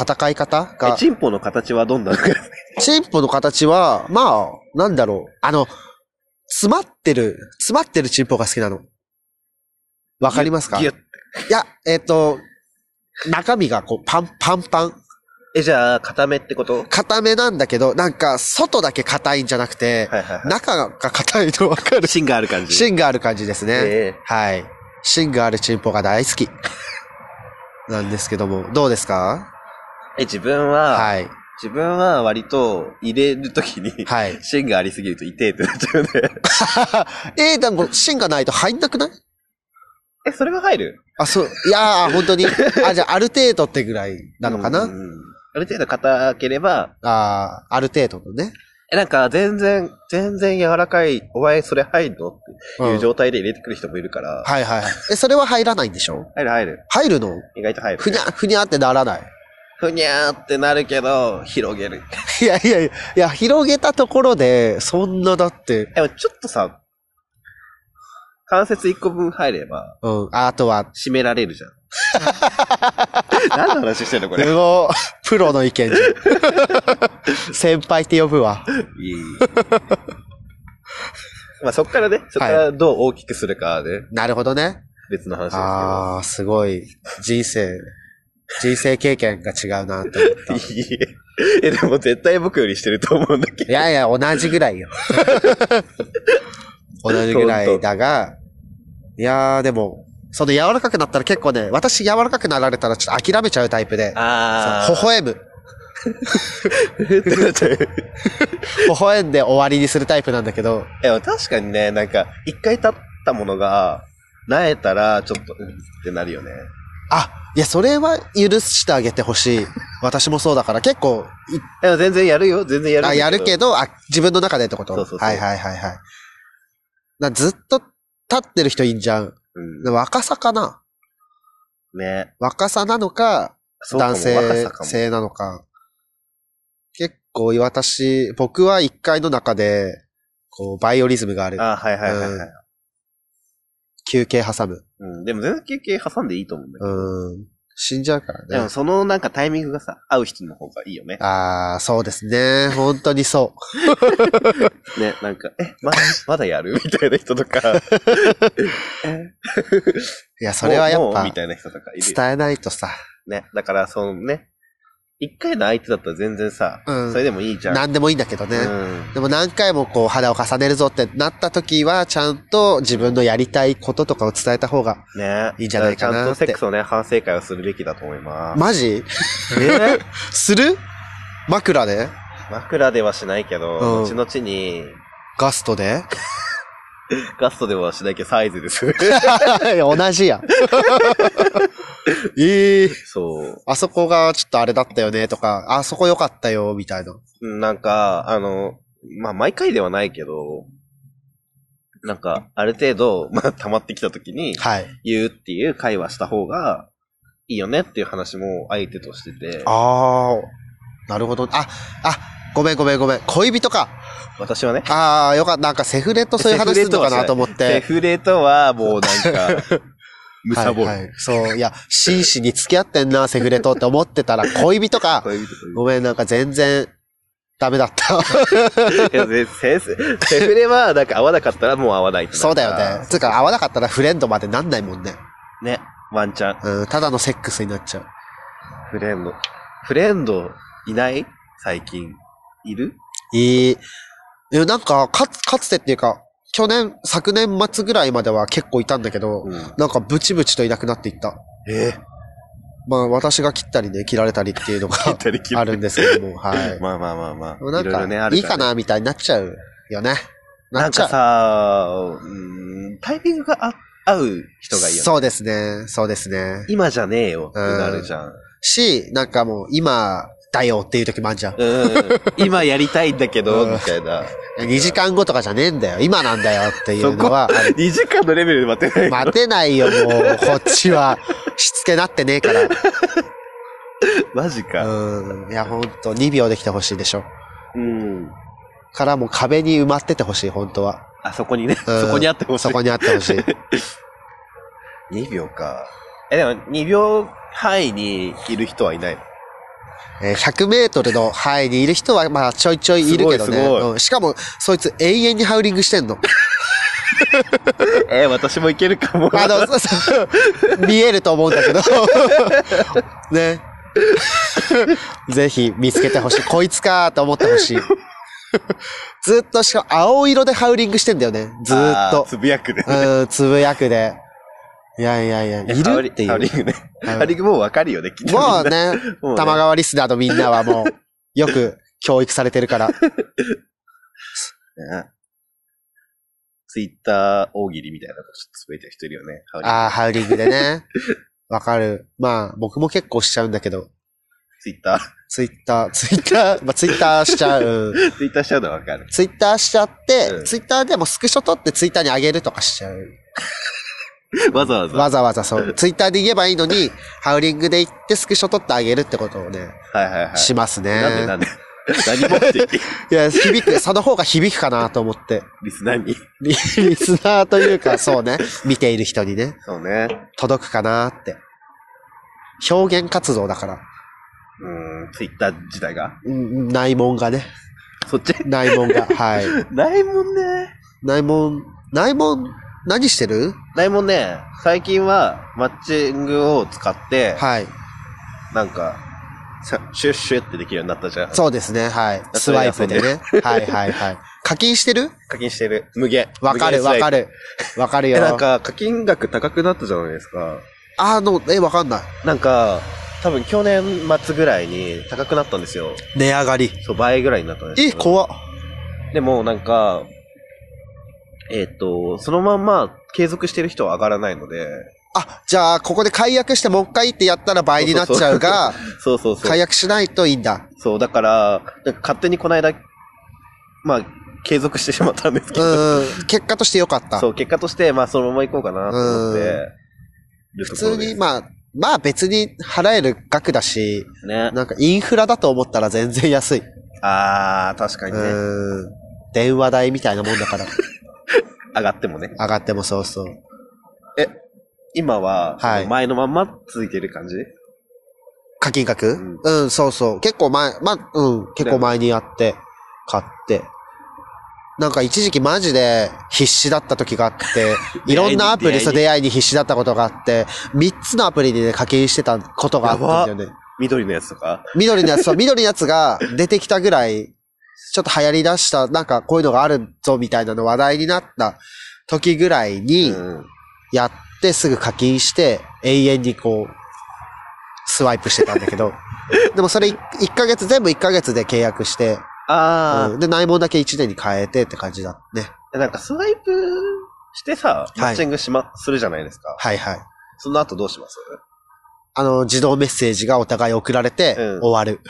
S2: 戦い方
S1: え、
S2: が、
S1: チンポの形はどんなのか。
S2: チンポの形は、まあ、なんだろう。あの、詰まってる、詰まってるチンポが好きなの。わかりますか
S1: ぎゅぎゅ
S2: いや、えっ、と、中身がこう、パン、パンパン。
S1: え、じゃあ、固めってことはい
S2: 固めなんだけど、なんか、外だけ硬いんじゃなくて、
S1: はいは
S2: 中が硬いのわか
S1: (laughs)
S2: る
S1: い。。芯がある感じ。
S2: 芯がある感じですね。
S1: ええ
S2: はい。芯があるチンポが大好 (laughs) き。なんですけども、どうですか
S1: え、自分は、
S2: はい。
S1: 自分は割と入れるときに、
S2: はい。
S1: 芯がありすぎると痛えってなっちゃうね。
S2: えー、でも、芯がないと入んなくない
S1: え、それは入る
S2: あ、そう、いやー、本当に。あ、じゃあ、ある程度ってぐらいなのかな、
S1: うんうんうんある程度硬ければ、
S2: あーある程度のね。
S1: え、なんか全然、全然柔らかい、お前それ入んのって
S2: うん
S1: いう状態で入れてくる人もいるから、
S2: はいはい。え、それは入らないんでしょ
S1: 入る入る。
S2: 入るの
S1: 意外と入る。
S2: ふにゃ、ふにゃってならない。
S1: ふにゃーってなるけど、広げる。
S2: いやいやいや、いや、広げたところで、そんなだって、
S1: でもちょっとさ、関節1個分入れば、
S2: うん、あと (laughs) は、
S1: 締められるじゃん。何の話してんのこれ。いいう
S2: お、プロの意見じ (laughs) ゃん先輩って呼ぶわ。
S1: (laughs) まあそっからね、そっからどう大きくするかはね、
S2: なるほどね。
S1: 別の話ですけど。
S2: ああ、すごい、人生、人生経験が違うなって思った。
S1: いいえ、でも絶対僕よりしてると思うんだけど。
S2: いやいや、同じぐらい (laughs) よ。同じぐらいだが、いやー、でも、その柔らかくなったら結構ね、私柔らかくなられたらちょっと諦めちゃうタイプで、
S1: あ
S2: そう微笑む。
S1: 笑ってなっち (laughs) ゃう。
S2: 微笑んで終わりにするタイプなんだけど、
S1: でも確かにね、なんか、一回経ったものが、なえたら、ちょっと、うんってなるよね。
S2: あ、いや、それは許してあげてほしい。私もそうだから、結構、い
S1: でも全然やるよ、全然やるんだ
S2: あやるけど、あ、自分の中でってこと
S1: そうそうそう
S2: はいはいはいはい。なずっと立ってる人いいんじゃん。
S1: う。
S2: 若さかなん
S1: ね。
S2: 若さなのか、
S1: そうかも
S2: 男性
S1: 若さかも
S2: 性なのか。結構、私、僕は一回の中で、こう、バイオリズムがある。
S1: あ、はいはいはいはい。
S2: 休憩挟む。
S1: うん。でも全然休憩挟んでいいと思うんだけど。
S2: うん。死んじゃうから
S1: で
S2: ね
S1: も。そのなんかタイミングがさ、合う人の方がいいよね。
S2: ああ、そうですね。本当にそう。
S1: ね、なんか、え、まだ、まだやる (laughs) みたいな人とか。え
S2: いや、それはや
S1: も
S2: っ
S1: うもう
S2: ぱ
S1: み、たいな人とかいるよ。
S2: 伝えないとさ。
S1: ね。だから、そのね、一回の相手だったら全然さ、
S2: うん
S1: それでもいいじゃん。
S2: 何でもいいんだけどね。
S1: うん
S2: でも何回もこう腹を重ねるぞってなった時は、ちゃんと自分のやりたいこととかを伝えた方が。
S1: ね
S2: いいんじゃないかなって
S1: だらちゃんとセックスをね、反省会をするべきだと思います。
S2: マジ
S1: ね
S2: する枕で
S1: 枕ではしないけど、
S2: う
S1: 後
S2: ん
S1: 々に、
S2: ガストで
S1: ガストではしないけどサイズです。 (laughs)
S2: 同じやん。 (laughs) ええ
S1: そう。
S2: あそこがちょっとあれだったよねとか、あそこ良かったよ、みたいな。
S1: なんか、あの、まあ、毎回ではないけど、なんか、ある程度、まあ、溜まってきた時に、
S2: はい。
S1: 言うっていう会話した方が、いいよねっていう話も相手としてて、
S2: ああ、なるほど。あ、あ、ごめんごめんごめん。恋人か。
S1: 私はね、
S2: ああ、よかった。なんかセフレとそういう話するのかなと思っ
S1: セ
S2: て。
S1: フレとはもうなんか、
S2: (laughs)
S1: むさぼる。
S2: はいはい。そう、いや、真摯に付き合ってん
S1: (laughs)
S2: な、セフレとって思ってたら、恋人か。
S1: 恋人という
S2: ごめん、なんか全然、ダメだ
S1: (laughs)
S2: った。
S1: いやせせせセフレは、なんか合わなかったらもう合わないってなる
S2: そうだよね。つうか、合わなかったらフレンドまでなんないもんね。
S1: ね、ワンチャン。
S2: うん、ただのセックスになっちゃう。
S1: フレンド。フレンド、いない最近。いる
S2: いい。え、なんか、かつ、かつてっていうか、去年、昨年末ぐらいまでは結構いたんだけど、
S1: うん。
S2: なんかブチブチといなくなっていった。
S1: え
S2: まあ、私が切ったりね、切られたりっていうのが
S1: たり切
S2: あるんですけども、はい。
S1: まあまあまあ (laughs) まあ。
S2: なん
S1: いろいろね、あ
S2: か、
S1: る
S2: いいかなみたいになっちゃうよね。
S1: ら
S2: な
S1: な
S2: っ
S1: ん
S2: ち
S1: か
S2: ゃ
S1: さ、
S2: う。
S1: うん、タイミングがあ合う人がいいよね。
S2: そうですね。そうですね。
S1: 今じゃねえよってなるじゃん。
S2: し、なんかもう、今、だよっていう時もあるじゃん。
S1: うん。今やりたいんだけど、
S2: うん
S1: みたいな。
S2: 2時間後とかじゃねえんだよ。今なんだよっていうのは、
S1: 2時間のレベルで待ってない。
S2: 待てないよ、もう、こっちは。しつけなってねえから。
S1: マジか。
S2: うん。いや、ほんと、2秒できてほしいでしょ。
S1: うん。
S2: からもう壁に埋まっててほしい、本当は。
S1: あそこにね、
S2: うん
S1: そこにあってほしい
S2: そ。こにあってほしい。
S1: 2秒か。え、でも2秒範囲にいる人はいない。
S2: えー100メートルの範囲にいる人は、まあ、ちょいちょいいるけどね。
S1: すごいすごい
S2: うんしかも、そいつ永遠にハウリングしてんの。
S1: え、私もいけるかも。
S2: あの、そうそう見えると思うん
S1: (laughs)
S2: だけど。ね。ぜひ見つけてほしい。こいつかーと思ってほしい。ずっと、しかも青色でハウリングしてんだよね。ずーっ
S1: あ
S2: と。
S1: つぶやくね。
S2: うん、つぶやくで。いやいやいや、い
S1: ハウ
S2: る
S1: リ
S2: ってい
S1: ハウリ
S2: う。
S1: ングね。
S2: うん
S1: ハウリングもうわかるよね、きっとみんな。
S2: もうね、
S1: もうね
S2: 玉川リスナーのみんなはもう、よく教育されてるから。
S1: ねツイッター大喜利みたいなことつぶやいてる人いるよね。ハウリング
S2: ああ、ハウリングでね。わかる。まあ、僕も結構しちゃうんだけど、
S1: ツイッタ
S2: ツイッター、ツイッター、まあ、ツイッターしちゃう。うん
S1: ーツイッターしちゃうのはわかる。
S2: ツイッターしちゃって、
S1: うん
S2: ツイッターでもスクショ取ってツイッターに上げるとかしちゃう。
S1: わざわざ。
S2: わざわざそう。ツイッターで言えばいい
S1: (laughs)
S2: のに、ハウリングで行ってスクショ取ってあげるってことをね、
S1: はいはいはい。
S2: しますね。
S1: なんでなん (laughs) で何もって
S2: いや、響く、その方が響くかなと思って。
S1: リスナーに。
S2: リリスナーというか、そう
S1: (laughs)
S2: ね、見ている人にね、
S1: そうね。
S2: 届くかなって。表現活動だから。
S1: うん、ツイッター自体が。
S2: うんないもんがね。
S1: そっち
S2: ないもん
S1: (laughs)
S2: が。はい。
S1: ないもんね。
S2: ないもん、ないもん、何してる
S1: ないもんね。最近はマッチングを使って、
S2: はい。
S1: なんか、さシュッシュッってできるようになったじゃん。
S2: そうですね、はい。ス
S1: それ
S2: ワ
S1: で
S2: イ
S1: 遊
S2: プ
S1: んで
S2: で
S1: る
S2: ね。はいは
S1: (laughs)
S2: いはい。課金してる
S1: 課金してる。無限。
S2: わかるわか
S1: る。
S2: る。わかる
S1: え、
S2: よ。
S1: なんか課金額高くなったじゃないですか。
S2: あの、え、わかんない。
S1: なんか、多分去年末ぐらいに高くなったんですよ。
S2: 値上がり。
S1: そう、倍ぐらいになったんです
S2: え、
S1: よ
S2: 怖っ。
S1: でもなんか、えっ、と、そのまんま継続してる人は上がらないので、
S2: あ、じゃあ、ここで解約してもう一回ってやったら倍になっちゃうが、
S1: そうそうそう
S2: 解。約しないといいんだ。
S1: そう、だから、なんか勝手にこの間、まあ、継続してしまったんですけ
S2: う
S1: ど、
S2: ん、結果としてよかった。
S1: そう、結果として、まあ、そのまま行こうかなと思って
S2: う
S1: る
S2: 普
S1: ところ
S2: 通
S1: です、
S2: に、まあ、まあ別に払える額だし、
S1: ね。
S2: なんかインフラだと思ったら全然安い。
S1: あー、確かにね。
S2: うん。電話代みたいなもんだから、
S1: 上がってもね。
S2: 上がってもそうそう。
S1: 今は、
S2: は
S1: そ
S2: い
S1: の前のまんま続いてる感じ
S2: 課金額
S1: ん
S2: うん、そうそう。結構前、まあ、うん、結構前にやって、買って。なんか一時期マジで必死だった時が
S1: (laughs)
S2: あって、いろんなアプ
S1: 出会いに
S2: リ、そう出会いに必死だったことがあって、3つのアプリにね、課金してたことがあったんだよね。
S1: 緑のやつとか。
S2: 緑のやつ、そう緑のやつが出てきたぐらい、ちょっと流行り出した、なんかこういうのがあるぞみたいなの話題になった時ぐらいに、
S1: うん
S2: やってすぐ課金して、永遠にこう、スワイプしてたんだ
S1: (laughs)
S2: けど、でもそれ1ヶ月、全部1ヶ月で契約して、
S1: あ
S2: うんで、内門だけ1年に変えてって感じだね。
S1: あ、なんかスワイプしてさ、
S2: い
S1: マッチングしま、するじゃないですか。
S2: はいはい。
S1: その後どうします
S2: あの、自動メッセージがお互い送られて、
S1: うん
S2: 終わる。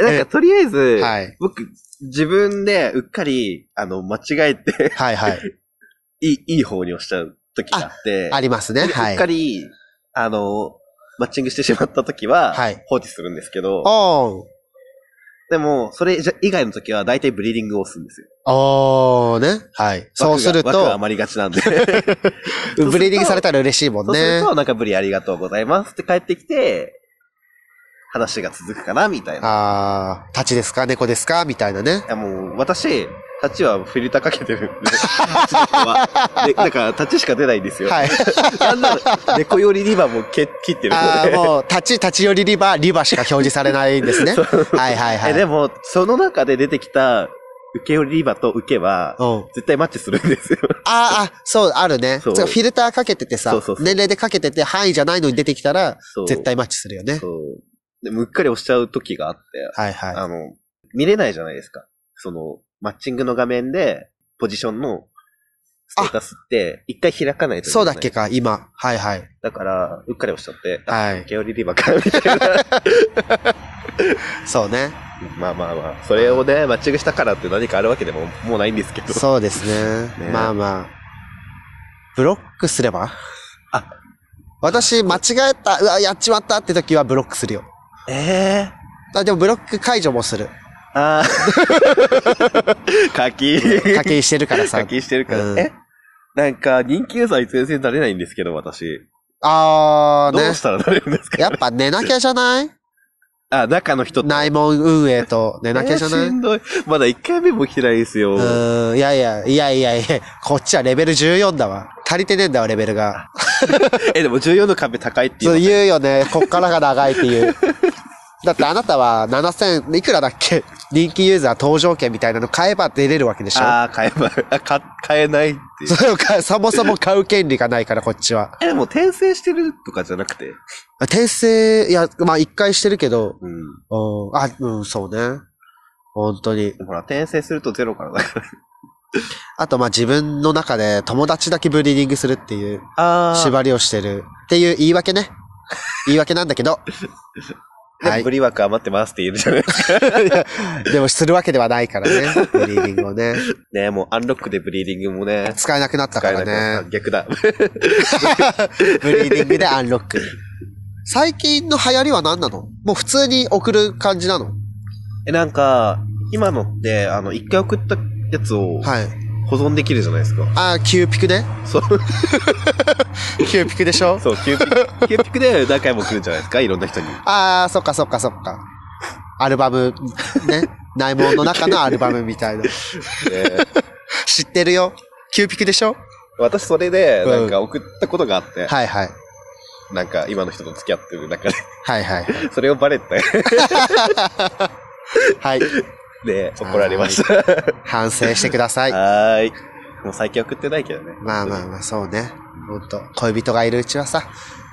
S1: えなんかとりあえず、
S2: はい。
S1: 僕、自分でうっかり、あの、間違えて
S2: はいはい。
S1: (laughs) いい、いい方に押しちゃう時があって、
S2: あります
S1: (laughs)
S2: ね。
S1: で
S2: は
S1: うっ
S2: い
S1: か。り、あの、マッチングしてしまった時は、
S2: はい
S1: 放置するんですけど、
S2: おー。
S1: でも、それじゃ以外の時は大体ブリーディングを押すんですよ。
S2: おーね。はい。そうする
S1: 枠が枠が
S2: と、
S1: 余りがちなんで。そうと
S2: ブリーディングされたら嬉しいもん
S1: する
S2: ね。
S1: と、なんかブリありがとうございますって帰ってきて、話が続くかな、みたいな。
S2: あー、立ちですか猫ですかみたいなね
S1: い。やもう、私、タッチはフィルターかけ
S2: (laughs)
S1: てるんで、タッチの人はで、だからタッチしか出ないんですよ。
S2: はい。
S1: なんなら、猫用りリバーもけ切ってる
S2: あ
S1: の
S2: あ、
S1: で。
S2: もう、立ち、立ち寄りリバー、リバーしか表示されない
S1: (laughs)
S2: んですね。はいはいはい。
S1: えでも、その中で出てきた、受けよりリバーと受けは、
S2: うん。
S1: 絶対マッチするん
S2: (laughs)
S1: ですよ。
S2: あーあ、そう、あるね。
S1: そう
S2: そうフィルターかけてて
S1: そ
S2: さ
S1: うそう、そう
S2: 年齢でかけてて範囲じゃないのに出てきたら、
S1: そう
S2: 絶対マッチするよね。
S1: そう。でも、うっかり押しちゃう時があって、
S2: はいは
S1: あの、見れないじゃないですか。その、マッチングの画面で、ポジションの、ステータスって、一回開かない
S2: い。
S1: といけない。
S2: そうだっけか、今。はいはい。
S1: だから、うっかり押しちゃって、あ
S2: は
S1: 受
S2: い。
S1: けよりリバーか、み
S2: (laughs)
S1: たいな。
S2: そうね。
S1: まあまあまあ、それをね、マッチングしたからって何かあるわけでも、もうないんですけど。
S2: そうですね。
S1: ね
S2: まあまあ。ブロックすれば
S1: あ
S2: 私、間違えた、うわ、やっちまったって時はブロックするよ。
S1: ええ
S2: あでもブロック解除も
S1: (laughs)
S2: する。
S1: ああ。
S2: (laughs)
S1: (laughs) 課金。
S2: 課金してるからさ
S1: 課。金してるから。
S2: うん
S1: えなんか、人気ユーザーに全然なれないんですけど、私。
S2: あー
S1: ど
S2: ね
S1: う。したらなれるんですか
S2: (laughs) やっぱ寝なきゃじゃない
S1: あ、中の人と。
S2: 内門運営と寝なきゃじゃな
S1: えー
S2: い
S1: しんどい。まだ一回目も来てないですよ。
S2: うーん、いやいや、いやいやいや、こっちはレベル14だわ。足りてねえんだわ、レベルが。
S1: え、でも14の壁高いって
S2: そ
S1: い
S2: う
S1: う。
S2: 言うよね、こっからが長いっていう。 (laughs) だってあなたは7000、いくらだっけ人気ユーザー登場券みたいなの買えば出れるわけでしょ
S1: ああ、買えば、あ、買、買えないっていう。
S2: それを買そもそも買う権利がないから、こっちは。
S1: え、でも転生してるとかじゃなくて。
S2: 訂正、いや、まあ一回してるけど、
S1: うん。
S2: うん、あ、うん、そうね。本当に。
S1: ほら、転生するとゼロからだか
S2: あと、まあ自分の中で友達だけブリーディングするっていう。
S1: ら。あ
S2: 縛りをしてるっていう言い訳ね。言い訳なんだ (laughs) けど。は
S1: はい。
S2: い
S1: ブ。リ枠余ってますって言えるじゃないです (laughs) か。
S2: でもするわけではないからね。ブリーディングを (laughs) ね。
S1: ねもうアンロックでブリーディングもね。
S2: 使えなくなったからね。
S1: ね。逆だ。 (laughs)
S2: ブリーディングでアンロック。最近の流行りは何なのもう普通に送る感じなの
S1: え、なんか、今のって、あの、一回送ったやつを
S2: はい。
S1: 保存できるじゃないですか。
S2: あー、キューピクね。
S1: そう、
S2: キューピクでしょ
S1: そう、キュー
S2: (laughs)
S1: ピック、キューピックで何回も来るんじゃないですか、いろんな人に。
S2: あー、そっかそっかそっか。アルバム、 (laughs) ね。内門の中のアルバムみたいな。
S1: で
S2: 知ってるよ。キューピクでしょ
S1: 私それで、なんか送ったことがあって、
S2: はいはい。
S1: なんか今の人と付き合ってる中で、
S2: はいはい。
S1: それをバレて、 (laughs)
S2: はい。
S1: で、怒られました。
S2: 反省してください。
S1: はーい。もう最近送ってないけどね。
S2: まあまあまあ、そうね。ほんと、恋人がいるうちはさ、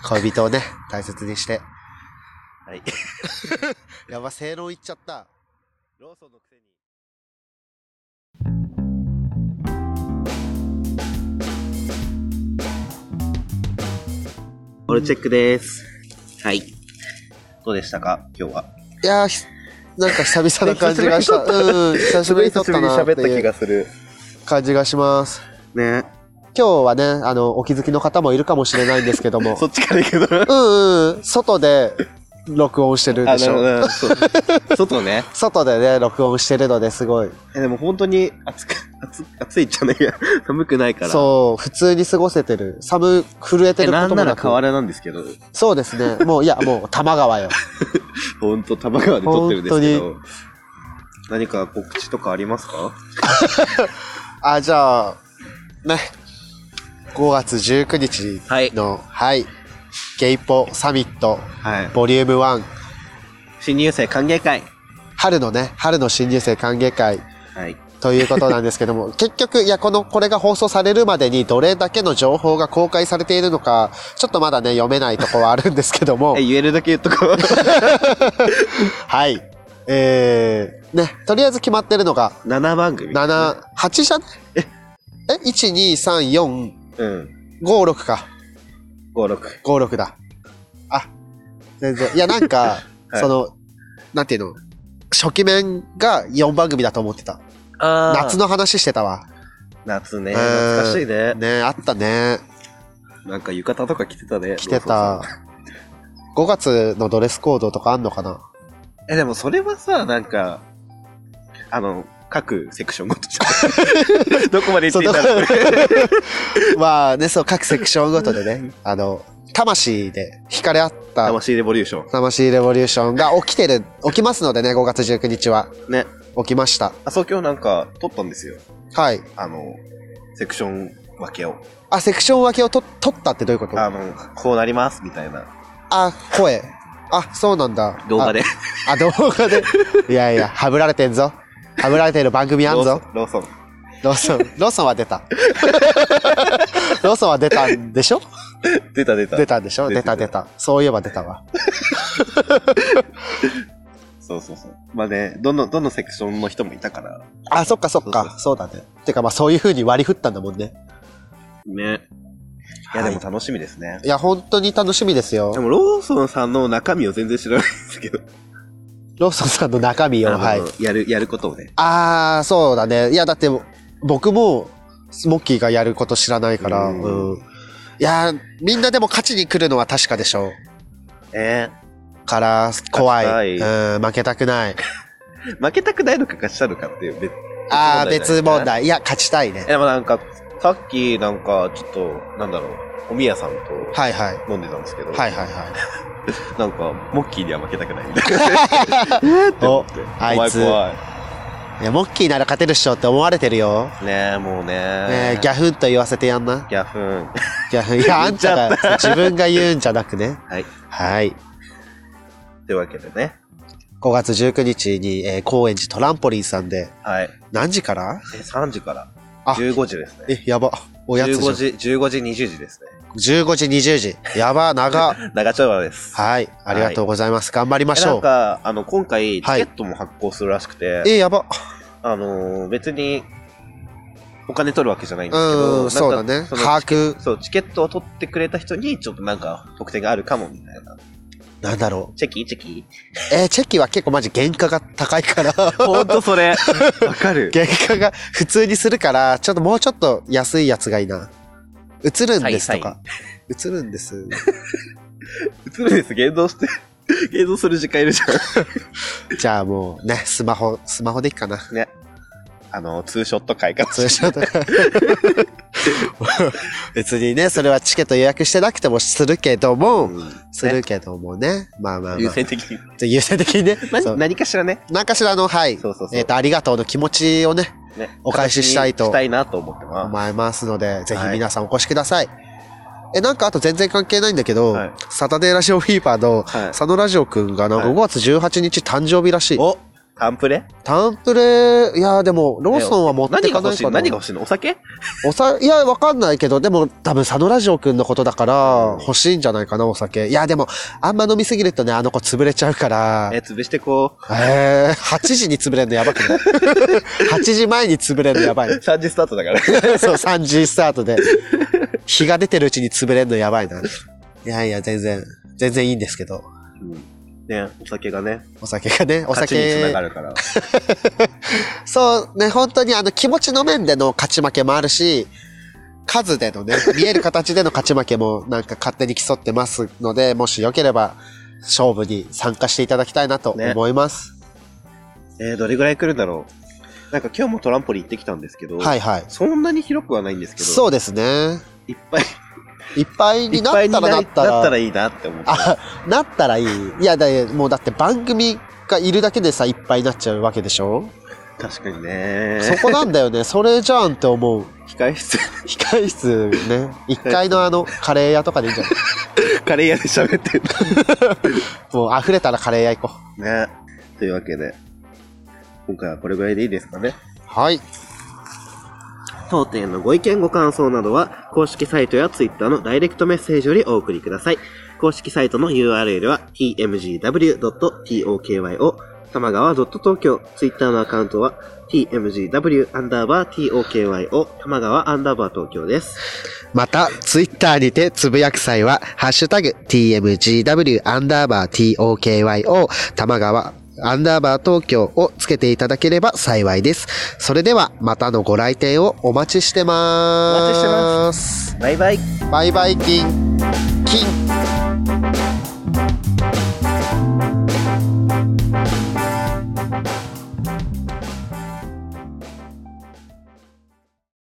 S2: 恋人をね、大切にして。
S1: はい。
S2: (laughs) やば、正論言っちゃった。
S1: ローソンのくせに。オルチェックです。はい。どうでしたか今日は。
S2: いやー、ひなんか久々な感じがした。
S1: (laughs) 久しぶりに
S2: うん、久しぶりに撮ったなっていう
S1: がする。
S2: 感じがします。
S1: ね
S2: 今日はね、あの、お気づきの方もいるかもしれないんですけども、
S1: そっちから行くの
S2: うんうん、外で録音してる
S1: あ、
S2: で
S1: な
S2: し
S1: るほ
S2: ょ。
S1: ど。 (laughs) そう外ね。
S2: 外でね、録音してるのですごい。
S1: えでも本当に暑く、暑、暑いじゃないや。 (laughs) 寒くないから。う。
S2: そう、普通に過ごせてる。寒、震えて
S1: え、
S2: るこ
S1: な
S2: と
S1: ん
S2: も
S1: な
S2: な
S1: ら
S2: く。
S1: 河原なんですけど、
S2: そうですね。もう、い (laughs) や、もう、多摩川よ。
S1: 本当玉川で撮ってるんですけど、何か告知とかありますか
S2: あ、じゃあ、ね。5月19日
S1: はい
S2: の、はい。ゲイポサミット、
S1: はい。
S2: ボリューム1、
S1: 新入生歓迎会。
S2: 春のね、春の新入生歓迎会
S1: はい。
S2: ということなんですけど (laughs) も、結局、いや、この、これが放送されるまでにどれだけの情報が公開されているのか、ちょっとまだね、読めないとこはあるんですけども
S1: え、言えるだけ言っとこう。 (laughs)
S2: はい。えー、ね、とりあえず決まってるのが、
S1: 7番組。
S2: 7、8社ねえ、1、2、3、4、
S1: うん。
S2: 5、6か。
S1: 5、6。
S2: 5、6だ。あ、全然。
S1: (laughs)
S2: いや、なんか、
S1: はい
S2: その、なんていうの、初期面が4番組だと思ってた。
S1: あ
S2: 夏
S1: の。
S2: の話してたわ。
S1: 夏ね。
S2: うん
S1: 懐かしいね。
S2: ねあったね。
S1: なんか浴衣とか着てたね。
S2: 来てた。5月のドレスコードとかあんのかな
S1: え、でもそれはさ、なんか、あの、各セクションごとじゃ
S2: (laughs)
S1: んどこまで行っていいんだろうこれ (laughs)
S2: まあね、そう、各セクションごとでね、あの、魂で惹かれ合った
S1: 魂レボリューショ
S2: 魂レボリューションが起きてる、起きますのでね、5月19日は。
S1: ン。ね。
S2: 起きました。
S1: あ、そう今日なんか撮ったんですよ。
S2: はい。
S1: あの、セクション分けを。
S2: あ、セクション分けをと取ったってどういうこと
S1: あの、こうなります、みたいな。
S2: あ、声。あ、そうなんだ。
S1: 動画で。
S2: あ。あ、動画 (laughs) で。いやいや、はぶられてんぞ。はぶられてる番組あんぞ。
S1: ローソン。ローソン
S2: (laughs) ローソン、ローソンは出 (laughs) た。ローソンは出たんでしょ
S1: 出た出た。
S2: 出たんでしょ
S1: 出
S2: 出
S1: た
S2: た
S1: 出
S2: 出
S1: た
S2: た。そういえば出たわ。
S1: そうそうそう。まあね、どの、どのセクションの人もいたから。
S2: あ、そっかそっか。そうだね。てかまあそういう風に割り振ったんだもんね。
S1: ね。いや、
S2: は
S1: で
S2: い
S1: も楽しみですね。
S2: いや、本当に楽しみですよ
S1: で。も、ローソンさんの中身を全然知らないんですけど。
S2: ローソンさんの中身を、はい
S1: あ。のやる、やることをね。
S2: あー、そうだね。いや、だって、僕も、スモッキーがやること知らないから、
S1: うん
S2: うん。いやー、みんなでも勝ちに来るのは確かでしょ
S1: え
S2: う。から、怖
S1: 勝
S2: い。
S1: ち
S2: うん、負けた
S1: (laughs)
S2: くない。
S1: え負けたくないのか勝ちたのかっていう別
S2: あー、
S1: 別
S2: 別
S1: 問題
S2: 問
S1: だ
S2: 題。いや、勝ちたいね
S1: え、。でもなんか、さっきなんか、ちょっと、なんだろう、おみやさんと
S2: はいはい。
S1: 飲んでたんですけど、
S2: はいはい
S1: (laughs)
S2: はい。
S1: なんか、モッキーには負けたくないみたいな。えーって思って。
S2: (laughs) あいつ
S1: 怖い
S2: いや、モッキーなら勝てるっしょって思われてるよ。
S1: 怖い。ねえ、もうね
S2: ねえギャフンと言わせてやんな。
S1: ギャフン。
S2: ギャフン。いや、あんた
S1: 言っ
S2: が、自分が言うんじゃなくね。
S1: はい。
S2: はい。
S1: というわけでね。
S2: 5月19日に、えー高円寺トランポリンさんで、
S1: はい。
S2: 何時から
S1: え、3時から。
S2: あ
S1: 15時ですね。
S2: え、やば。おやつじゃん
S1: 15時、15時、20時ですね。
S2: 15時、20時。やば、長。
S1: (laughs) 長丁場です。
S2: はい。ありがとうございます。頑張りま
S1: え
S2: し
S1: な
S2: ょ
S1: ん
S2: う。
S1: か、あの、今回、チケ
S2: はい
S1: ットも発行するらしくて、
S2: え、やば。
S1: あのー、別に、お金取るわけじゃないんですけど、なん
S2: うん、
S1: か
S2: そうだね。
S1: その
S2: 把握。
S1: そう、チケットを取ってくれた人に、ちょっとなんか、特典があるかも、みたいな。
S2: なんだろ
S1: チェキチェキ
S2: う。えーチェキは結構マジ原価が高いから。 (laughs)
S1: ほんとそれ。わかる。
S2: 原価が普通にするから、ちょっともうちょっと安いやつがいいな。映るんですとか。映るんです。
S1: うつるです。言動して、言動する時間いるじゃ
S2: じゃあもうね、スマホ、スマホでいいかな。
S1: ん。ね。あの、ツーショット会かもし
S2: そういうこ
S1: (laughs)
S2: とか別にね、それはチケット予約してなくてもするけど
S1: れ
S2: も、
S1: ない
S2: するけどもね。まあまあまあ。
S1: 優先的に。
S2: 優先的にね。そう
S1: 何何かしらね。
S2: 何かしらの、はい。
S1: そうそうそう
S2: えっ、と、ありがとうの気持ちをね、
S1: ね
S2: お返ししたいと
S1: 形にしたいなと思ってま
S2: 思いますので、ぜひ
S1: はい
S2: 皆さんお越しください。え、なんかあと全然関係ないんだけど、
S1: はい
S2: サタデーラジオフィーバーの
S1: す。はい。
S2: 佐野ラジオくんがなんか
S1: はい
S2: 5月18日誕生日らしい。
S1: おタンプレ
S2: タンプレ、いやーでも、ローソンは持って
S1: 何が
S2: かな
S1: 欲
S2: い
S1: しい
S2: か
S1: の
S2: な
S1: 何が欲しいのお酒
S2: おさ、いや、わかんないけど、でも多分佐野ラジオくんのことだから、欲しいんじゃないかな、お酒。いや、でも、あんま飲みすぎるとね、あの子潰れちゃうから
S1: え、。潰してこう。
S2: えー、8時に潰れるのやばくない
S1: (laughs)
S2: ?8 時前に潰れるのやばい。
S1: 3時スタートだから。
S2: (laughs) そう、3時スタートで。日が出てるうちに潰れんのやばいな。いやいや、全然、全然いいんですけど。
S1: うんね、お酒がね、
S2: お酒がね、お
S1: (laughs) 勝ちにつなが
S2: 酒。
S1: るから。
S2: そうね、本当にあの気持ちの面での勝ち負けもあるし、数で
S1: (laughs)
S2: のね、見える形での勝ち負けもなんか勝手に競ってますので、もしよければ勝負に参加していただきたいなと
S1: ね
S2: 思います。
S1: えー、どれぐらい来るんだろう。なんか今日もトランポリン行ってきたんですけど、
S2: はいはい。
S1: そんなに広くはないんですけど、
S2: そうですね。
S1: いっぱい
S2: いっぱい
S1: いっ
S2: になっ
S1: ぱいに
S2: た
S1: な
S2: らな
S1: な
S2: っ
S1: った
S2: ら
S1: たら。いいなって思って。
S2: あ、なったらいい。いや、だいもうだって番組がいるだけでさ、いっぱいになっちゃうわけでしょ
S1: 確かにね。
S2: そこなんだよね。それじゃんって思う。
S1: 控え室、 (laughs)
S2: 控え室ね。一階のあの、カレー屋とかでいいんじゃない
S1: カレー屋で喋ってる。
S2: もう溢れたらカレー屋行こう。
S1: ね。というわけで、今回はこれぐらいでいいですかね。
S2: はい。
S1: 当店のご意見ご感想などは、公式サイトや Twitter のダイレクトメッセージよりお送りください。公式サイトの URL は tmgw.tokyo 玉川 .tokyo Twitter のアカウントは tmgw アンダーバー tokyo 玉川アンダーバー東京です。
S2: また、ツイッターにてつぶやく際は、ハッシュタグ、tmgw アンダーバー tokyo 玉川アンダーバー東京をつけていただければ幸いです。それでは、またのご来店をお待ちしてまー
S1: お
S2: す。
S1: 待ちして
S2: す。
S1: バイバイ
S2: バイバイキン。キン。